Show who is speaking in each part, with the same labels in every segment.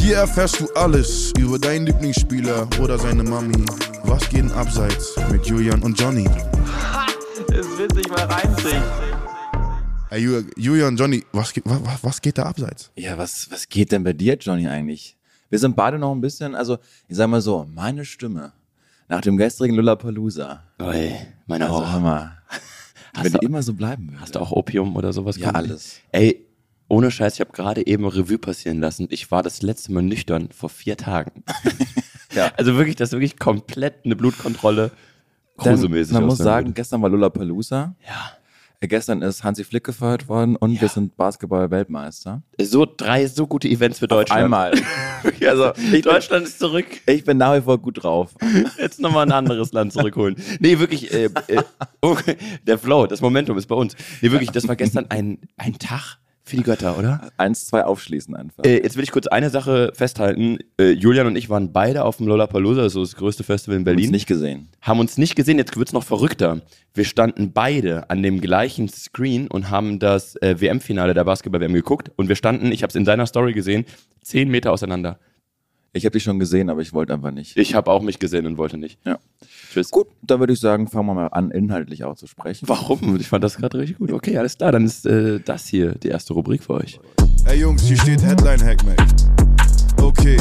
Speaker 1: Hier erfährst du alles über deinen Lieblingsspieler oder seine Mami. Was geht denn abseits mit Julian und Johnny?
Speaker 2: Ist witzig, mal reinziehen.
Speaker 1: Ey, Ju- Julian, Johnny, was, geht- wa- wa- was geht da abseits?
Speaker 3: Ja, was, was geht denn bei dir, Johnny, eigentlich? Wir sind beide noch ein bisschen, also ich sag mal so, meine Stimme nach dem gestrigen Lollapalooza.
Speaker 2: Ui, meine
Speaker 3: Also
Speaker 2: Horror.
Speaker 3: Hammer. Wenn
Speaker 2: Oh. du-
Speaker 3: die immer so bleiben würde.
Speaker 2: Hast du auch Opium oder sowas?
Speaker 3: Ja,
Speaker 2: genommen?
Speaker 3: alles.
Speaker 2: Ey, ohne Scheiß, ich habe gerade eben Revue passieren lassen. Ich war das letzte Mal nüchtern vor vier Tagen.
Speaker 3: Ja.
Speaker 2: Also wirklich, das ist wirklich komplett eine Blutkontrolle. Gruselmäßig.
Speaker 3: Man muss
Speaker 2: ausführen
Speaker 3: sagen,
Speaker 2: würde.
Speaker 3: gestern war Lollapalooza.
Speaker 2: ja.
Speaker 3: Äh, Gestern ist Hansi Flick gefeuert worden und wir sind Basketball-Weltmeister.
Speaker 2: So drei so gute Events für Deutschland.
Speaker 3: Einmal.
Speaker 2: Also, Deutschland ist zurück.
Speaker 3: Ich bin nach wie vor gut drauf.
Speaker 2: Jetzt nochmal ein anderes Land zurückholen. Nee, wirklich, äh, äh, okay, der Flow, das Momentum ist bei uns. Nee, wirklich, das war gestern ein, ein Tag für die Götter, oder?
Speaker 3: Eins, zwei aufschließen einfach.
Speaker 2: Äh, jetzt will ich kurz eine Sache festhalten. Äh, Julian und ich waren beide auf dem Lollapalooza, also das größte Festival in
Speaker 3: Berlin?
Speaker 2: Berlin.
Speaker 3: nicht gesehen.
Speaker 2: Haben uns nicht gesehen, jetzt wird's noch verrückter. Wir standen beide an dem gleichen Screen und haben das äh, WM-Finale der Basketball-WM geguckt. Und wir standen, ich habe es in deiner Story gesehen, zehn Meter auseinander.
Speaker 3: Ich habe dich schon gesehen, aber ich wollte einfach nicht.
Speaker 2: Ich habe auch mich gesehen und wollte nicht.
Speaker 3: Ja.
Speaker 2: Tschüss.
Speaker 3: Gut, dann würde ich sagen, fangen wir mal an, inhaltlich auch zu sprechen.
Speaker 2: Warum? Ich fand das gerade richtig gut. Okay, alles klar, dann ist äh, das hier die erste Rubrik für euch.
Speaker 1: Ey Jungs, hier steht Headline Hackmack. Okay.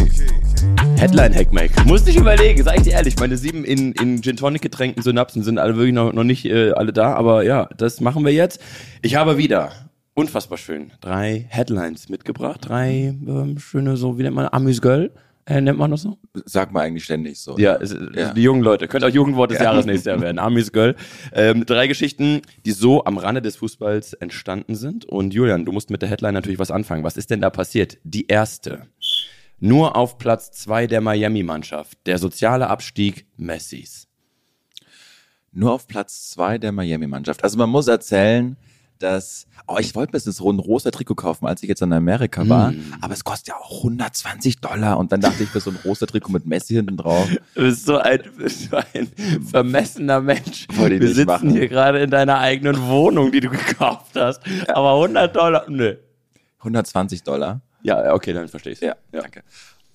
Speaker 2: Headline Hackmack. Muss nicht überlegen, sag ich dir ehrlich. Meine sieben in, in Gin Tonic getränkten Synapsen sind alle wirklich noch, noch nicht äh, alle da, aber ja, das machen wir jetzt. Ich habe wieder unfassbar schön drei Headlines mitgebracht. Drei ähm, schöne, so, wie nennt man, Amüsgöl? Äh, nennt man das so?
Speaker 3: Sag mal eigentlich ständig so. ne?
Speaker 2: Ja, es,
Speaker 3: Ja.
Speaker 2: die jungen Leute. Könnte auch Jugendwort des Jahres nächstes Jahr werden. Amis Girl. Ähm, drei Geschichten, die so am Rande des Fußballs entstanden sind. Und Julian, du musst mit der Headline natürlich was anfangen. Was ist denn da passiert? Die erste. Nur auf Platz zwei der Miami-Mannschaft. Der soziale Abstieg Messis.
Speaker 3: Nur auf Platz zwei der Miami-Mannschaft. Also man muss erzählen, dass, oh, ich wollte mir jetzt das rosa Trikot kaufen, als ich jetzt in Amerika war, aber es kostet ja auch 120 Dollar und dann dachte ich, für so ein rosa Trikot mit Messi hinten drauf.
Speaker 2: Du bist so ein, so ein vermessener Mensch.
Speaker 3: Wollte ich
Speaker 2: Wir
Speaker 3: nicht
Speaker 2: sitzen
Speaker 3: machen.
Speaker 2: hier gerade in deiner eigenen Wohnung, die du gekauft hast. Aber 100 Dollar, nö.
Speaker 3: 120 Dollar.
Speaker 2: Ja, okay, dann verstehe ich
Speaker 3: Ja, danke.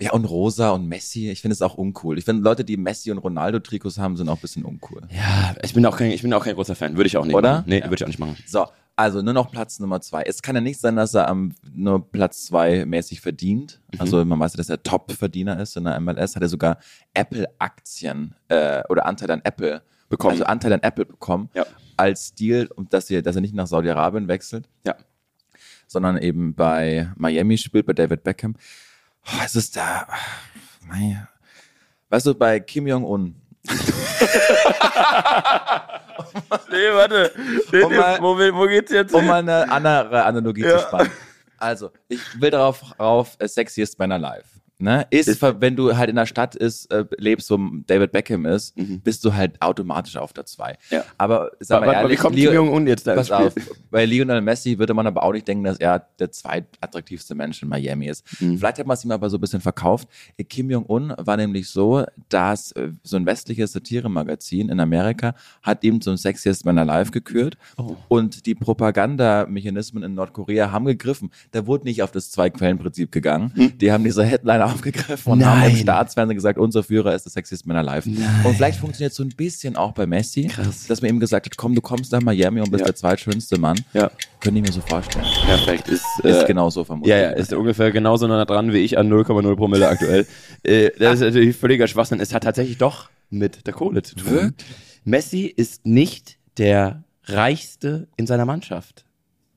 Speaker 3: Ja, und Rosa und Messi, ich finde es auch uncool. Ich finde Leute, die Messi und Ronaldo-Trikots haben, sind auch ein bisschen uncool.
Speaker 2: Ja, ich bin auch kein, ich bin auch kein großer Fan. Würde ich auch nicht
Speaker 3: Oder?
Speaker 2: machen. Nee, würde ich auch nicht machen.
Speaker 3: So, also nur noch Platz Nummer zwei. Es kann ja nicht sein, dass er am nur Platz zwei mäßig verdient.
Speaker 2: Mhm.
Speaker 3: Also man weiß ja, dass er Top-Verdiener ist in der MLS. Hat er sogar Apple-Aktien äh, oder Anteil an Apple
Speaker 2: Bekommen.
Speaker 3: Also Anteil an Apple bekommen
Speaker 2: Ja.
Speaker 3: als Deal, und dass er, dass er nicht nach Saudi-Arabien wechselt,
Speaker 2: Ja.
Speaker 3: sondern eben bei Miami spielt, bei David Beckham. Oh, es ist da. Mei. Weißt du, bei Kim Jong-un.
Speaker 2: Nee, warte.
Speaker 3: Um mal-
Speaker 2: wo, geht's jetzt
Speaker 3: um mal eine andere Analogie zu spannen. Also, ich will darauf rauf, äh, Sexiest Man Alive. Ne? Ist, ver- wenn du halt in der Stadt ist, äh, lebst, wo David Beckham ist, bist du halt automatisch auf der 2.
Speaker 2: Mhm. Ja.
Speaker 3: Aber sag mal
Speaker 2: Warte mal, wie
Speaker 3: ehrlich,
Speaker 2: kommt
Speaker 3: Leo-
Speaker 2: Kim Jong-un jetzt äh, da ins
Speaker 3: pass auf,
Speaker 2: Spiel?
Speaker 3: bei Lionel Messi würde man aber auch nicht denken, dass er der zweitattraktivste Mensch in Miami ist.
Speaker 2: Mhm.
Speaker 3: Vielleicht hat man es ihm aber so ein bisschen verkauft. Äh, Kim Jong-un war nämlich so, dass äh, so ein westliches Satiremagazin in Amerika hat ihn zum Sexiest Man Alive gekürt
Speaker 2: Oh.
Speaker 3: und die Propagandamechanismen in Nordkorea haben gegriffen. Da wurde nicht auf das Zwei-Quellen-Prinzip gegangen. Die haben diese Headline aufgegriffen und haben im
Speaker 2: Hm. Nein.
Speaker 3: Staatsfernsehen gesagt, unser Führer ist der Sexiest Man Alive. Und vielleicht funktioniert so ein bisschen auch bei Messi,
Speaker 2: Krass.
Speaker 3: dass man ihm gesagt hat, komm, du kommst nach Miami und bist
Speaker 2: Ja.
Speaker 3: der zweitschönste Mann.
Speaker 2: Ja.
Speaker 3: Könnte ich mir so vorstellen.
Speaker 2: Perfekt. Ist,
Speaker 3: Ist
Speaker 2: äh,
Speaker 3: genau so vermutlich.
Speaker 2: Ja, ja, ist ungefähr genauso nah dran wie ich an 0,0 Promille aktuell. äh, das ist natürlich völliger Schwachsinn. Es hat tatsächlich doch mit der Kohle zu tun. Messi ist nicht der reichste in seiner Mannschaft.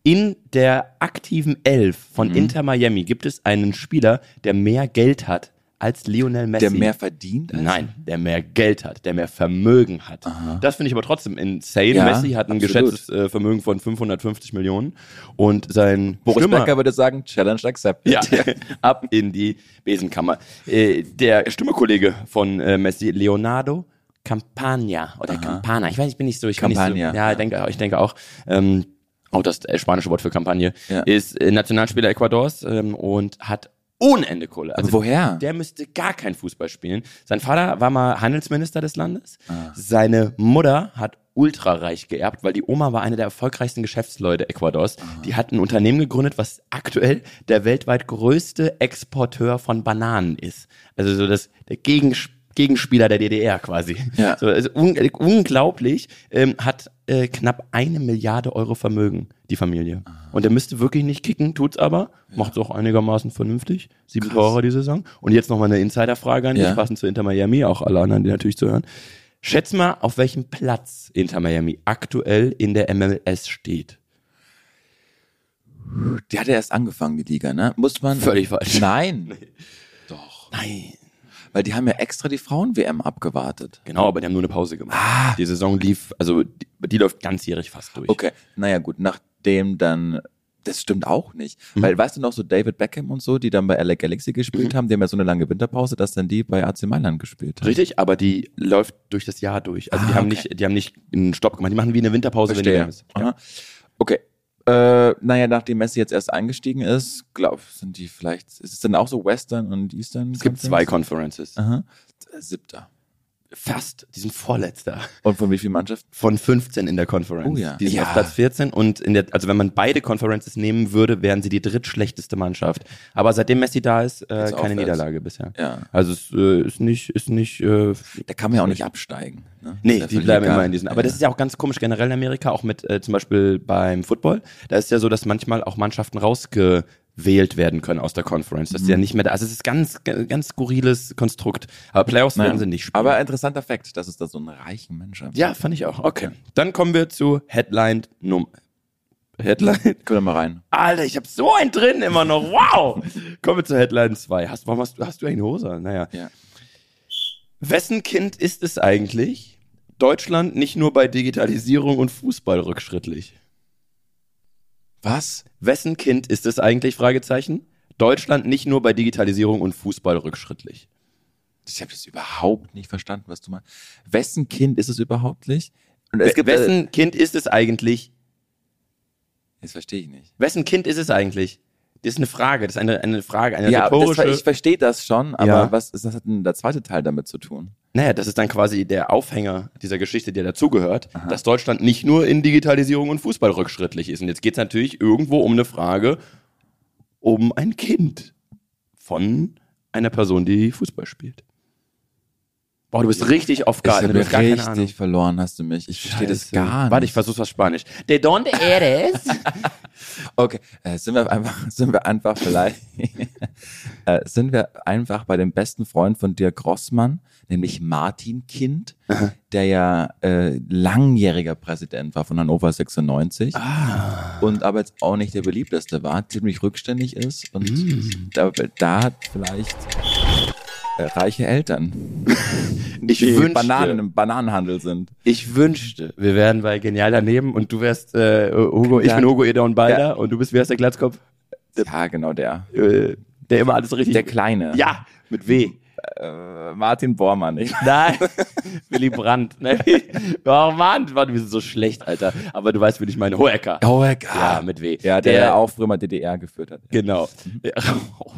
Speaker 2: In der aktiven Elf
Speaker 3: Mhm.
Speaker 2: von Inter Miami gibt es einen Spieler, der mehr Geld hat als Lionel Messi.
Speaker 3: Der mehr verdient als
Speaker 2: Nein, der mehr Geld hat, der mehr Vermögen hat. Das finde ich aber trotzdem insane.
Speaker 3: Ja,
Speaker 2: Messi hat ein
Speaker 3: absolut.
Speaker 2: geschätztes äh, Vermögen von 550 Millionen und sein
Speaker 3: Boris
Speaker 2: Stürmer-
Speaker 3: Becker würde sagen, Challenge accepted.
Speaker 2: ja, ab in die Besenkammer. Äh, der Stimmekollege von äh, Messi, Leonardo Campagna oder Campana. Ich weiß, ich bin nicht so. Ich bin
Speaker 3: Campagna.
Speaker 2: Nicht so, ja, ich denke, ich denke auch. Ähm, auch das äh, spanische Wort für Kampagne
Speaker 3: Ja.
Speaker 2: ist äh, Nationalspieler Ecuadors ähm, und hat ohne Ende Kohle. Also
Speaker 3: Aber woher?
Speaker 2: Der müsste gar kein Fußball spielen. Sein Vater war mal Handelsminister des Landes. Seine Mutter hat ultra reich geerbt, weil die Oma war eine der erfolgreichsten Geschäftsleute Ecuadors. Die hat ein Unternehmen gegründet, was aktuell der weltweit größte Exporteur von Bananen ist. Also so das der Gegenspieler Gegenspieler der DDR quasi.
Speaker 3: Ja.
Speaker 2: So, also un unglaublich ähm, hat äh, knapp eine Milliarde Euro Vermögen die Familie. Und der müsste wirklich nicht kicken, tut's aber, macht's auch einigermaßen vernünftig. Sieben Tore die Saison. Und jetzt nochmal eine Insiderfrage an dich,
Speaker 3: Ja.
Speaker 2: passend zu Inter Miami, auch alle anderen, die natürlich zuhören. Schätz mal, auf welchem Platz Inter Miami aktuell in der MLS steht.
Speaker 3: Die hat ja erst angefangen, die Liga, ne? Muss man.
Speaker 2: Völlig falsch.
Speaker 3: Nein. Doch.
Speaker 2: Nein.
Speaker 3: Weil die haben ja extra die Frauen-WM abgewartet.
Speaker 2: Genau, aber die haben nur eine Pause gemacht. Die Saison lief, also die, die läuft ganzjährig fast durch.
Speaker 3: Ah. Okay, naja gut, nachdem dann, das stimmt auch nicht.
Speaker 2: Mhm.
Speaker 3: Weil weißt du noch so David Beckham und so, die dann bei LA Galaxy gespielt haben, die haben ja so eine lange Winterpause, dass dann die bei AC Mailand gespielt haben.
Speaker 2: Richtig, aber die läuft durch das Jahr durch. Also
Speaker 3: Ah,
Speaker 2: die haben
Speaker 3: okay.
Speaker 2: nicht, die haben nicht einen Stopp gemacht. Die machen wie eine Winterpause, wenn die
Speaker 3: Verstehe.
Speaker 2: WM ist.
Speaker 3: Aha. Okay. Äh, naja, nachdem Messi jetzt erst eingestiegen ist, glaub, sind die vielleicht, ist es dann auch so Western und Eastern?
Speaker 2: Es gibt zwei Conferences.
Speaker 3: Aha. Siebter.
Speaker 2: Fast, die sind Vorletzter.
Speaker 3: Und von wie vielen Mannschaften?
Speaker 2: Von 15 in der Conference.
Speaker 3: Oh ja.
Speaker 2: Die sind
Speaker 3: Ja.
Speaker 2: auf Platz 14 und in der, also wenn man beide Conferences nehmen würde, wären sie die drittschlechteste Mannschaft. Aber seitdem Messi da ist, äh, keine
Speaker 3: aufwärts.
Speaker 2: Niederlage bisher.
Speaker 3: Ja.
Speaker 2: Also es äh, ist nicht, ist nicht. Äh,
Speaker 3: Da kann man ja auch nicht absteigen. Ne? Ist
Speaker 2: Nee,
Speaker 3: ja
Speaker 2: die
Speaker 3: völlig
Speaker 2: bleiben
Speaker 3: egal.
Speaker 2: immer in diesen. Aber
Speaker 3: Ja.
Speaker 2: das ist ja auch ganz komisch generell in Amerika, auch mit äh, zum Beispiel beim Football. Da ist ja so, dass manchmal auch Mannschaften rausgewählt werden können aus der Conference. Das ist ja
Speaker 3: Mhm.
Speaker 2: nicht mehr da. Also es ist ganz, ga- ganz skurriles Konstrukt. Aber Playoffs
Speaker 3: Naja.
Speaker 2: werden sie nicht spielen.
Speaker 3: Aber interessanter Fakt, dass es da so einen reichen Menschen
Speaker 2: ja, fand ich auch. Okay. Dann kommen wir zu Headline Num Headline?
Speaker 3: Können wir mal rein.
Speaker 2: Alter, ich habe so einen drin immer noch. Wow! kommen wir zu Headline 2. Hast, warum hast, du- hast du eigentlich eine Hose? an? Naja.
Speaker 3: Ja.
Speaker 2: Wessen Kind ist es eigentlich? Deutschland nicht nur bei Digitalisierung und Fußball rückschrittlich.
Speaker 3: Was?
Speaker 2: Wessen Kind ist es eigentlich? Fragezeichen. Deutschland nicht nur bei Digitalisierung und Fußball rückschrittlich.
Speaker 3: Ich habe das überhaupt nicht verstanden, was du meinst. Wessen Kind ist es überhaupt nicht? Und es
Speaker 2: We-
Speaker 3: gibt,
Speaker 2: wessen Kind ist es eigentlich?
Speaker 3: Äh, das verstehe ich nicht.
Speaker 2: Wessen Kind ist es eigentlich? Das ist eine Frage, das ist eine, eine Frage, eine
Speaker 3: Ja, das,
Speaker 2: rhetorische.
Speaker 3: ver- ich verstehe das schon, aber
Speaker 2: Ja.
Speaker 3: was ist, das hat denn der zweite Teil damit zu tun?
Speaker 2: naja, das ist dann quasi der Aufhänger dieser Geschichte, der dazugehört, dass Deutschland nicht nur in Digitalisierung und Fußball rückschrittlich ist. Und jetzt geht es natürlich irgendwo um eine Frage, um ein Kind von einer Person, die Fußball spielt. Boah, du bist richtig auf
Speaker 3: Ich
Speaker 2: Guard, ne?
Speaker 3: habe
Speaker 2: du hast gar keine Ahnung.
Speaker 3: richtig verloren, hast du mich. Ich verstehe das
Speaker 2: Scheiße.
Speaker 3: gar nicht.
Speaker 2: Warte, ich versuch's auf Spanisch. De donde eres?
Speaker 3: Okay, äh, sind wir einfach, sind wir einfach vielleicht, äh, sind wir einfach bei dem besten Freund von Dirk Rossmann, nämlich Martin Kind, der ja äh, langjähriger Präsident war von Hannover 96 und aber jetzt auch nicht der beliebteste war, ziemlich rückständig ist und da, da hat vielleicht äh, reiche Eltern,
Speaker 2: Ich
Speaker 3: die
Speaker 2: wünschte,
Speaker 3: Bananen im Bananenhandel sind.
Speaker 2: ich wünschte, wir wären bei Genial daneben und du wärst äh, Hugo, ich
Speaker 3: Ja.
Speaker 2: bin Hugo Edon Balder
Speaker 3: Ja.
Speaker 2: und du bist, wer ist der Glatzkopf?
Speaker 3: Ja, genau der.
Speaker 2: Äh, der immer alles richtig...
Speaker 3: Der Kleine.
Speaker 2: ja, mit W.
Speaker 3: Äh, Martin Bormann. Ich
Speaker 2: Nein, Willy Brandt. Nein, oh Mann, Mann, wir sind so schlecht, Alter. Aber du weißt, wen ich meine. Hoecker.
Speaker 3: Hoeck,
Speaker 2: Ja, mit W.
Speaker 3: Ja, der, der auch früher mal DDR geführt hat.
Speaker 2: Genau. Ja.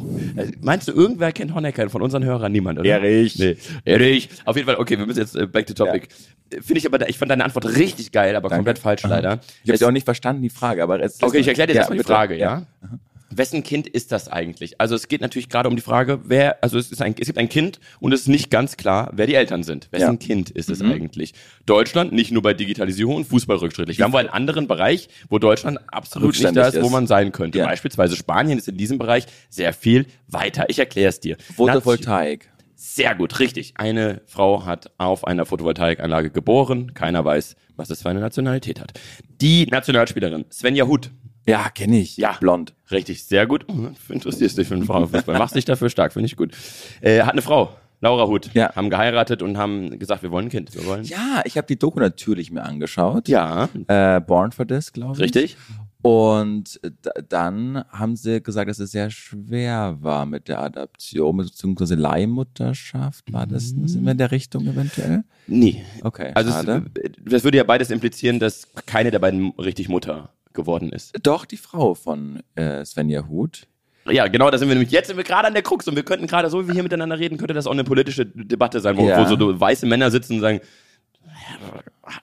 Speaker 2: Meinst du, irgendwer kennt Honecker von unseren Hörern? Niemand, oder?
Speaker 3: Erich.
Speaker 2: Nee. Erich. Auf jeden Fall, okay, wir müssen jetzt äh, back to topic. Äh, Finde ich aber, da- ich fand deine Antwort richtig geil, aber komplett falsch leider.
Speaker 3: Ich habe
Speaker 2: Es-
Speaker 3: sie auch nicht verstanden, die Frage, aber jetzt
Speaker 2: okay, ich erkläre dir
Speaker 3: Ja,
Speaker 2: das mal die
Speaker 3: bitte.
Speaker 2: Frage, ja? Mhm. Wessen Kind ist das eigentlich? Also es geht natürlich gerade um die Frage, wer, also es, ist ein, es gibt ein Kind und es ist nicht ganz klar, wer die Eltern sind. Wessen
Speaker 3: Ja. Mhm.
Speaker 2: Kind ist es eigentlich? Deutschland nicht nur bei Digitalisierung und Fußball rückschrittlich. Wir haben wohl einen anderen Bereich, wo Deutschland absolut nicht da
Speaker 3: Rückständig
Speaker 2: ist, wo
Speaker 3: ist.
Speaker 2: man sein könnte.
Speaker 3: Ja.
Speaker 2: Beispielsweise Spanien ist in diesem Bereich sehr viel weiter. Ich erkläre es dir. Nation-
Speaker 3: Photovoltaik.
Speaker 2: sehr gut, richtig. Eine Frau hat auf einer Photovoltaikanlage geboren. Keiner weiß, was das für eine Nationalität hat. Die Nationalspielerin Svenja Huth.
Speaker 3: Ja, kenne ich.
Speaker 2: Ja.
Speaker 3: Blond.
Speaker 2: Richtig, sehr gut. Oh, du Interessierst dich für einen Frauenfußball. Machst dich dafür stark, finde ich gut. Äh, hat eine Frau, Laura Huth.
Speaker 3: Ja.
Speaker 2: Haben geheiratet und haben gesagt, wir wollen ein Kind. Wir wollen.
Speaker 3: Ja, ich habe die Doku natürlich mir angeschaut.
Speaker 2: Ja.
Speaker 3: Äh, Born for This, glaube ich.
Speaker 2: Richtig.
Speaker 3: Und d- dann haben sie gesagt, dass es sehr schwer war mit der Adaption, beziehungsweise Leihmutterschaft. War das sind wir in der Richtung eventuell?
Speaker 2: Nee.
Speaker 3: Okay,
Speaker 2: Also,
Speaker 3: schade.
Speaker 2: es, das würde ja beides implizieren, dass keine der beiden richtig Mutter geworden ist.
Speaker 3: Doch, die Frau von äh, Svenja Huth.
Speaker 2: Ja, genau, da sind wir nämlich. Jetzt sind wir gerade an der Krux und wir könnten gerade, so wie wir hier miteinander reden, könnte das auch eine politische Debatte sein, wo,
Speaker 3: Ja.
Speaker 2: wo so weiße Männer sitzen und sagen,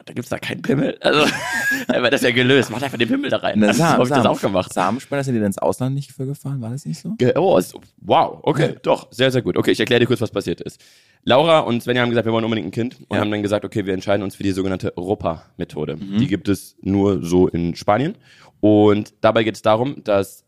Speaker 2: da gibt's da keinen Pimmel. Also, dann wäre das ja gelöst. Macht einfach den Pimmel da rein. Also, so habe ich das auch gemacht.
Speaker 3: Samenspanner sind die dann ins Ausland nicht für gefahren, war das nicht so?
Speaker 2: Ge- Oh, ist, wow, okay, doch, sehr, sehr gut. Okay, ich erkläre dir kurz, was passiert ist. Laura und Svenja haben gesagt, wir wollen unbedingt ein Kind und
Speaker 3: Ja. Mhm.
Speaker 2: haben dann gesagt, okay, wir entscheiden uns für die sogenannte Ropa-Methode. Die gibt es nur so in Spanien. Und dabei geht es darum, dass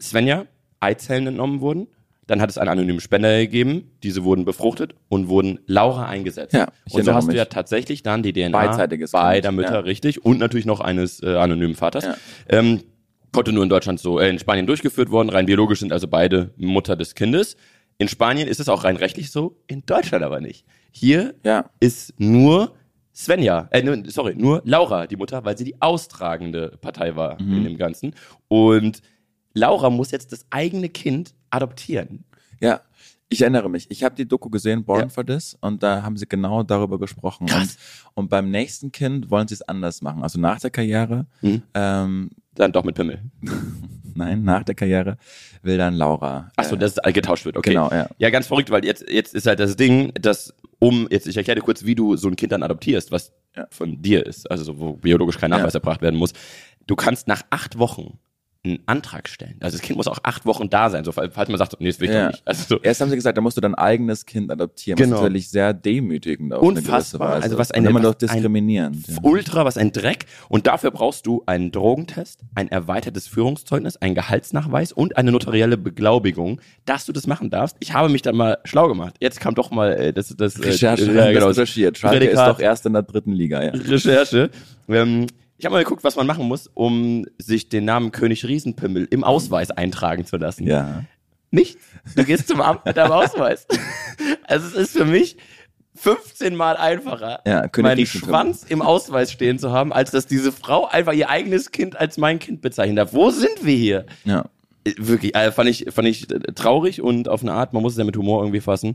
Speaker 2: Svenja Eizellen entnommen wurden. Dann hat es einen anonymen Spender gegeben. Diese wurden befruchtet und wurden Laura eingesetzt.
Speaker 3: Ja, ich
Speaker 2: und so
Speaker 3: erinnere
Speaker 2: hast
Speaker 3: mich.
Speaker 2: du ja tatsächlich dann die DNA
Speaker 3: Beidseitiges
Speaker 2: beider
Speaker 3: Kind,
Speaker 2: Mütter,
Speaker 3: ja.
Speaker 2: richtig. Und natürlich noch eines äh, anonymen Vaters.
Speaker 3: Ja.
Speaker 2: Ähm, konnte nur in Deutschland so, äh, in Spanien durchgeführt worden. Rein biologisch sind also beide Mutter des Kindes. In Spanien ist es auch rein rechtlich so, in Deutschland aber nicht. Hier
Speaker 3: Ja.
Speaker 2: ist nur Svenja, äh, nur- sorry, nur Laura die Mutter, weil sie die austragende Partei war
Speaker 3: Mhm.
Speaker 2: in dem Ganzen. Und Laura muss jetzt das eigene Kind adoptieren.
Speaker 3: Ja, ich erinnere mich. Ich habe die Doku gesehen, Born
Speaker 2: Ja.
Speaker 3: for This, und da haben sie genau darüber gesprochen.
Speaker 2: Krass.
Speaker 3: Und, und beim nächsten Kind wollen sie es anders machen. Also nach der Karriere,
Speaker 2: Mhm.
Speaker 3: ähm,
Speaker 2: Dann doch mit Pimmel.
Speaker 3: nein, nach der Karriere will dann Laura.
Speaker 2: Achso,
Speaker 3: äh,
Speaker 2: dass es getauscht wird, okay.
Speaker 3: Genau, ja.
Speaker 2: Ja, ganz verrückt, weil jetzt, jetzt ist halt das Ding, dass um, jetzt, ich erkläre dir kurz, wie du so ein Kind dann adoptierst, was
Speaker 3: Ja.
Speaker 2: von dir ist, also so, wo biologisch kein Nachweis erbracht werden muss. Du kannst nach acht Wochen einen Antrag stellen. Also das Kind muss auch acht Wochen da sein, so, falls man sagt, so, nee, das will ich
Speaker 3: Ja.
Speaker 2: doch nicht. Also so,
Speaker 3: Erst haben sie gesagt, da musst du dein eigenes Kind adoptieren.
Speaker 2: Genau.
Speaker 3: Was natürlich sehr demütigend auf
Speaker 2: Unfassbar.
Speaker 3: eine gewisse Weise.
Speaker 2: Also was
Speaker 3: ist.
Speaker 2: eine-
Speaker 3: und immer noch
Speaker 2: was ein-
Speaker 3: diskriminierend. ja.
Speaker 2: ultra, was ein Dreck. Und dafür brauchst du einen Drogentest, ein erweitertes Führungszeugnis, einen Gehaltsnachweis und eine notarielle Beglaubigung, dass du das machen darfst. Ich habe mich dann mal schlau gemacht. Jetzt kam doch mal äh, das, das äh,
Speaker 3: Recherche,
Speaker 2: ja, genau,
Speaker 3: das recherchiert. Schalke ist
Speaker 2: Prädikat.
Speaker 3: doch erst in der dritten Liga, ja.
Speaker 2: Recherche. Ähm, ich habe mal geguckt, was man machen muss, um sich den Namen König Riesenpimmel im Ausweis eintragen zu lassen.
Speaker 3: Ja.
Speaker 2: Nicht? Du gehst zum Amt mit deinem Ausweis. Also es ist für mich 15 Mal einfacher,
Speaker 3: Ja, König
Speaker 2: meinen
Speaker 3: Riesenpimmel.
Speaker 2: Schwanz im Ausweis stehen zu haben, als dass diese Frau einfach ihr eigenes Kind als mein Kind bezeichnen darf. Wo sind wir hier?
Speaker 3: ja.
Speaker 2: Äh, Wirklich, äh, fand ich, fand ich äh, traurig und auf eine Art, man muss es ja mit Humor irgendwie fassen.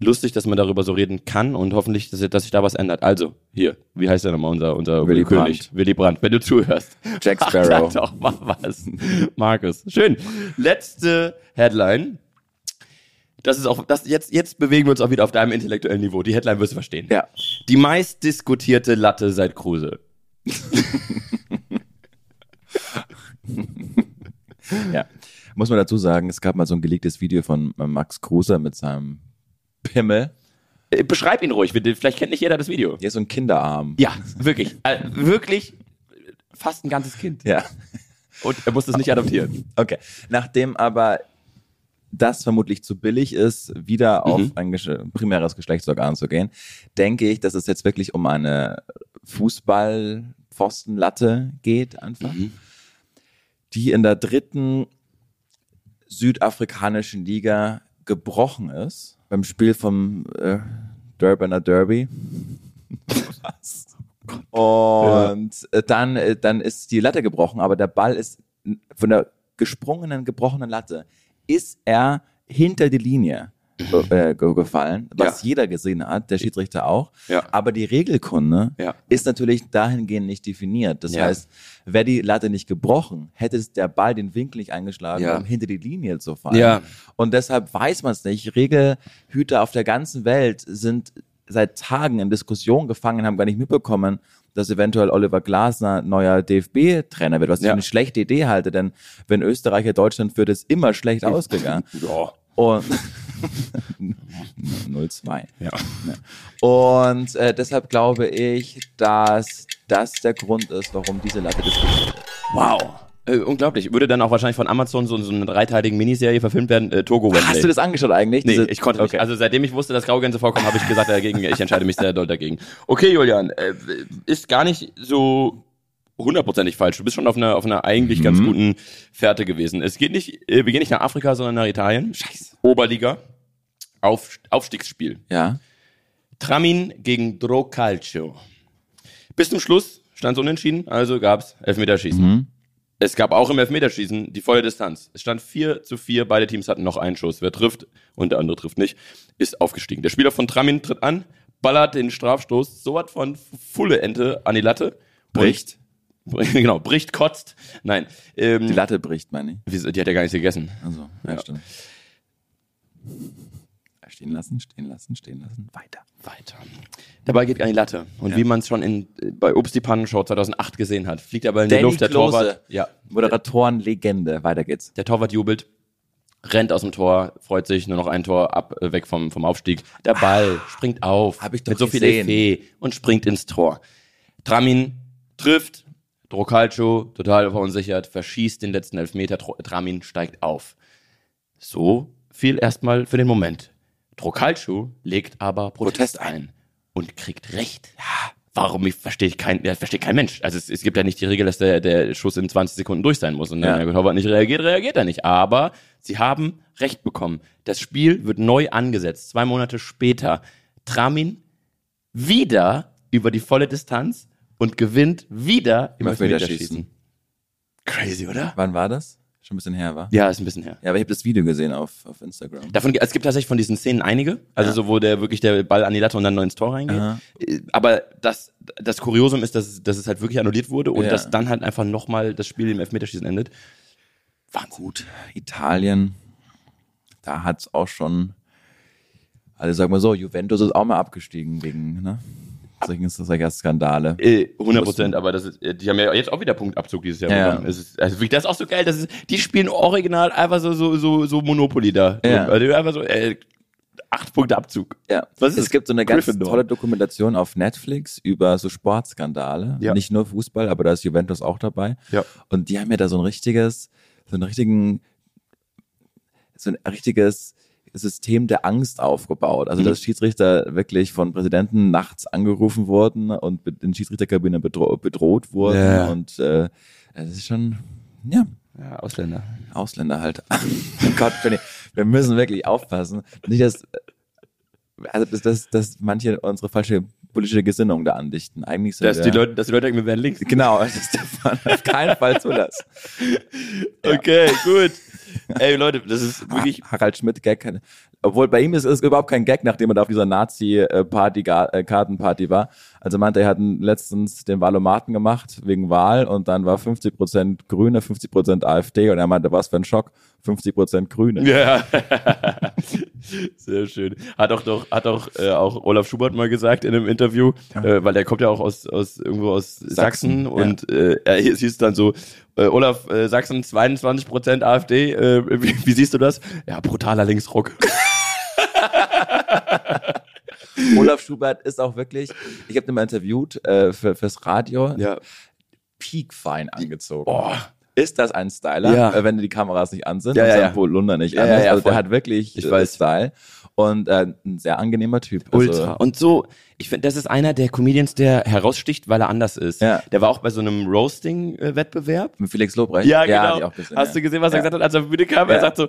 Speaker 2: Lustig, dass man darüber so reden kann und hoffentlich, dass, dass sich da was ändert. Also, hier, wie heißt der nochmal unser, unser
Speaker 3: Willy
Speaker 2: König? Willy Brandt, wenn du zuhörst.
Speaker 3: Jack
Speaker 2: Mach
Speaker 3: Sparrow.
Speaker 2: Da doch mal was. Markus. Schön. Letzte Headline. Das ist auch, das, jetzt, jetzt bewegen wir uns auch wieder auf deinem intellektuellen Niveau. Die Headline wirst du verstehen.
Speaker 3: Ja.
Speaker 2: Die meistdiskutierte Latte seit Kruse.
Speaker 3: Ja. Muss man dazu sagen, es gab mal so ein geleaktes Video von äh, Max Kruse mit seinem Pimmel.
Speaker 2: Äh, Beschreib ihn ruhig, bitte. vielleicht kennt nicht jeder das Video.
Speaker 3: Hier ist so ein Kinderarm.
Speaker 2: Ja, wirklich. Äh, wirklich fast ein ganzes Kind.
Speaker 3: Ja.
Speaker 2: Und er muss das nicht adoptieren.
Speaker 3: Okay. Nachdem aber das vermutlich zu billig ist, wieder auf
Speaker 2: Mhm.
Speaker 3: ein Gesch- primäres Geschlechtsorgan zu gehen, denke ich, dass es jetzt wirklich um eine Fußballpfostenlatte geht einfach, die in der dritten südafrikanischen Liga gebrochen ist beim Spiel vom äh, Durbaner Derby. Und äh, dann, äh, dann ist die Latte gebrochen, aber der Ball ist n- von der gesprungenen, gebrochenen Latte, ist er hinter die Linie
Speaker 2: Mhm.
Speaker 3: äh, ge- gefallen, was jeder gesehen hat, der Schiedsrichter auch.
Speaker 2: Ja.
Speaker 3: Aber die Regelkunde
Speaker 2: Ja.
Speaker 3: ist natürlich dahingehend nicht definiert. Das
Speaker 2: Ja.
Speaker 3: heißt, wäre die Latte nicht gebrochen, hätte der Ball den Winkel nicht eingeschlagen,
Speaker 2: Ja.
Speaker 3: um hinter die Linie zu fallen.
Speaker 2: Ja.
Speaker 3: Und deshalb weiß man es nicht. Regelhüter auf der ganzen Welt sind seit Tagen in Diskussion gefangen, haben gar nicht mitbekommen, dass eventuell Oliver Glasner neuer DFB-Trainer wird, was
Speaker 2: Ja.
Speaker 3: ich für eine schlechte Idee halte, denn wenn Österreicher Deutschland führt, ist immer schlecht ausgegangen.
Speaker 2: Ja.
Speaker 3: Und 0-2.
Speaker 2: Ja.
Speaker 3: Und äh, deshalb glaube ich, dass das der Grund ist, warum diese Latte diskutiert wird.
Speaker 2: Wow. Äh, unglaublich. Würde dann auch wahrscheinlich von Amazon so, so eine dreiteilige Miniserie verfilmt werden, äh, Togo Wednesday.
Speaker 3: Hast du das angeschaut eigentlich?
Speaker 2: Nee,
Speaker 3: Diese-
Speaker 2: ich konnte
Speaker 3: okay.
Speaker 2: nicht. Also seitdem ich wusste, dass Graugänse vorkommen, habe ich gesagt, dagegen, ich entscheide mich sehr doll dagegen. Okay, Julian, äh, ist gar nicht so hundertprozentig falsch. Du bist schon auf einer, auf einer eigentlich ganz guten Fährte gewesen. Es geht nicht, äh, wir gehen nicht nach Afrika, sondern nach Italien. Scheiße. Oberliga. Auf, Aufstiegsspiel.
Speaker 3: ja.
Speaker 2: Tramin gegen Drocalcio. Bis zum Schluss stand es unentschieden, also gab es Elfmeterschießen.
Speaker 3: Mhm.
Speaker 2: Es gab auch im Elfmeterschießen die volle Distanz. Es stand 4 zu 4, beide Teams hatten noch einen Schuss. Wer trifft und der andere trifft nicht, ist aufgestiegen. Der Spieler von Tramin tritt an, ballert den Strafstoß, so was von Fulle Ente an die Latte.
Speaker 3: Bricht.
Speaker 2: Und, genau, bricht, kotzt. Nein. Ähm,
Speaker 3: Die Latte bricht, meine ich.
Speaker 2: Wieso? die hat ja gar nichts gegessen.
Speaker 3: Also, ja,
Speaker 2: Ja.
Speaker 3: stimmt. Stehen lassen, stehen lassen, stehen lassen. Weiter.
Speaker 2: Weiter. Der Ball geht an die Latte. Und
Speaker 3: Ja.
Speaker 2: wie man es schon in, äh, bei Ups die Pannenshow 2008 gesehen hat, fliegt er aber in die
Speaker 3: Danny
Speaker 2: Luft, der
Speaker 3: Klose.
Speaker 2: Torwart. Ja.
Speaker 3: Moderatorenlegende. Weiter geht's.
Speaker 2: Der Torwart jubelt, rennt aus dem Tor, freut sich, nur noch ein Tor ab, äh, weg vom, vom Aufstieg. Der Ball springt auf
Speaker 3: Ah, hab ich doch
Speaker 2: mit so viel
Speaker 3: gesehen.
Speaker 2: Effet und springt ins Tor. Tramin trifft, Drocalcio total verunsichert, verschießt den letzten Elfmeter, Tro- Tramin steigt auf. So viel erstmal für den Moment. Drocalcio legt aber Protest,
Speaker 3: Protest
Speaker 2: ein und kriegt Recht. Warum ich verstehe kein, ja, versteht kein Mensch. Also es, es gibt ja nicht die Regel, dass der, der Schuss in 20 Sekunden durch sein muss. Und wenn
Speaker 3: Ja.
Speaker 2: der Torwart nicht reagiert, reagiert er nicht. Aber sie haben Recht bekommen. Das Spiel wird neu angesetzt. Zwei Monate später. Tramin wieder über die volle Distanz und gewinnt wieder im
Speaker 3: Im
Speaker 2: Elfmeterschießen. Crazy, oder?
Speaker 3: Wann war das? Schon ein bisschen her, war?
Speaker 2: Ja, ist ein bisschen her.
Speaker 3: Ja, aber ich habe das Video gesehen auf, auf Instagram.
Speaker 2: Davon, es gibt tatsächlich von diesen Szenen einige, also
Speaker 3: Ja.
Speaker 2: so, wo der wirklich der Ball an die Latte und dann neu ins Tor reingeht.
Speaker 3: Aha.
Speaker 2: Äh, Aber das, das Kuriosum ist, dass, dass es halt wirklich annulliert wurde und
Speaker 3: Ja.
Speaker 2: dass dann halt einfach nochmal das Spiel im Elfmeterschießen endet.
Speaker 3: Wahnsinn. Gut, Italien, da hat's auch schon, also sagen wir so, Juventus ist auch mal abgestiegen wegen, ne? Solchen solcher Skandale.
Speaker 2: Äh, 100 Prozent, aber das ist, äh, die haben ja jetzt auch wieder Punktabzug dieses Jahr
Speaker 3: Ja.
Speaker 2: bekommen. Es ist, also wirklich, das ist auch so geil, das ist, die spielen original einfach so, so, so, so Monopoly da.
Speaker 3: Ja.
Speaker 2: Also einfach so, äh, acht Punkte Abzug.
Speaker 3: Ja,
Speaker 2: Was ist
Speaker 3: es
Speaker 2: es?
Speaker 3: gibt so eine ganz
Speaker 2: Gryffindor.
Speaker 3: tolle Dokumentation auf Netflix über so Sportskandale.
Speaker 2: Ja.
Speaker 3: Nicht nur Fußball, aber da ist Juventus auch dabei.
Speaker 2: Ja.
Speaker 3: Und die haben ja da so ein richtiges, so einen richtigen, so ein richtiges System der Angst aufgebaut. Also,
Speaker 2: Mhm.
Speaker 3: dass Schiedsrichter wirklich von Präsidenten nachts angerufen wurden und be- in Schiedsrichterkabine bedro bedroht wurden.
Speaker 2: Ja.
Speaker 3: Und äh, es ist schon, ja,
Speaker 2: Ja, Ausländer.
Speaker 3: Ausländer halt. oh Gott, Benni, wir müssen wirklich aufpassen. Nicht, dass, also, dass, dass, dass manche unsere falsche politische Gesinnung da andichten. Eigentlich sind
Speaker 2: Dass
Speaker 3: wir,
Speaker 2: die Leute, dass die Leute denken, wir werden links.
Speaker 3: Genau, das darf man auf keinen Fall zulassen.
Speaker 2: Okay, gut. Ey, Leute, das ist wirklich,
Speaker 3: Ha- Ah, Harald Schmidt Gag. keine- Obwohl bei ihm ist es überhaupt kein Gag, nachdem er da auf dieser Nazi-Party-Kartenparty war. Also meinte, er hat letztens den Wahlomaten gemacht wegen Wahl und dann war 50% Grüne, 50% AfD und er meinte, was für ein Schock, 50% Grüne.
Speaker 2: Ja. Sehr schön. Hat auch doch, hat auch, äh, auch Olaf Schubert mal gesagt in einem Interview, äh, weil der kommt ja auch aus, aus irgendwo aus Sachsen,
Speaker 3: Sachsen, ja.
Speaker 2: und äh, er es hieß dann so, äh, Olaf, äh, Sachsen 22% AfD, äh, wie, wie siehst du das? Ja, brutaler Linksruck.
Speaker 3: Olaf Schubert ist auch wirklich, ich habe den mal interviewt äh, für, fürs Radio,
Speaker 2: Ja.
Speaker 3: piekfein angezogen.
Speaker 2: Boah.
Speaker 3: Ist das ein Styler,
Speaker 2: Ja.
Speaker 3: äh, wenn die Kameras nicht an sind
Speaker 2: Ja,
Speaker 3: und
Speaker 2: ja,
Speaker 3: sein
Speaker 2: ja.
Speaker 3: Polunder nicht
Speaker 2: Ja,
Speaker 3: an ist?
Speaker 2: ja, ja,
Speaker 3: also der
Speaker 2: voll.
Speaker 3: hat wirklich
Speaker 2: Ich
Speaker 3: äh,
Speaker 2: weiß.
Speaker 3: Style und äh, ein sehr angenehmer Typ. Also,
Speaker 2: Ultra. und so, ich finde, das ist einer der Comedians, der heraussticht, weil er anders ist.
Speaker 3: Ja.
Speaker 2: Der war auch bei so einem äh, Roasting-Wettbewerb.
Speaker 3: Mit Felix Lobrecht?
Speaker 2: Ja,
Speaker 3: hab
Speaker 2: genau.
Speaker 3: ich auch gesehen,
Speaker 2: Hast du
Speaker 3: ja.
Speaker 2: gesehen, was er
Speaker 3: Ja.
Speaker 2: gesagt hat, als er auf die Bühne kam? Er
Speaker 3: Ja.
Speaker 2: sagt so,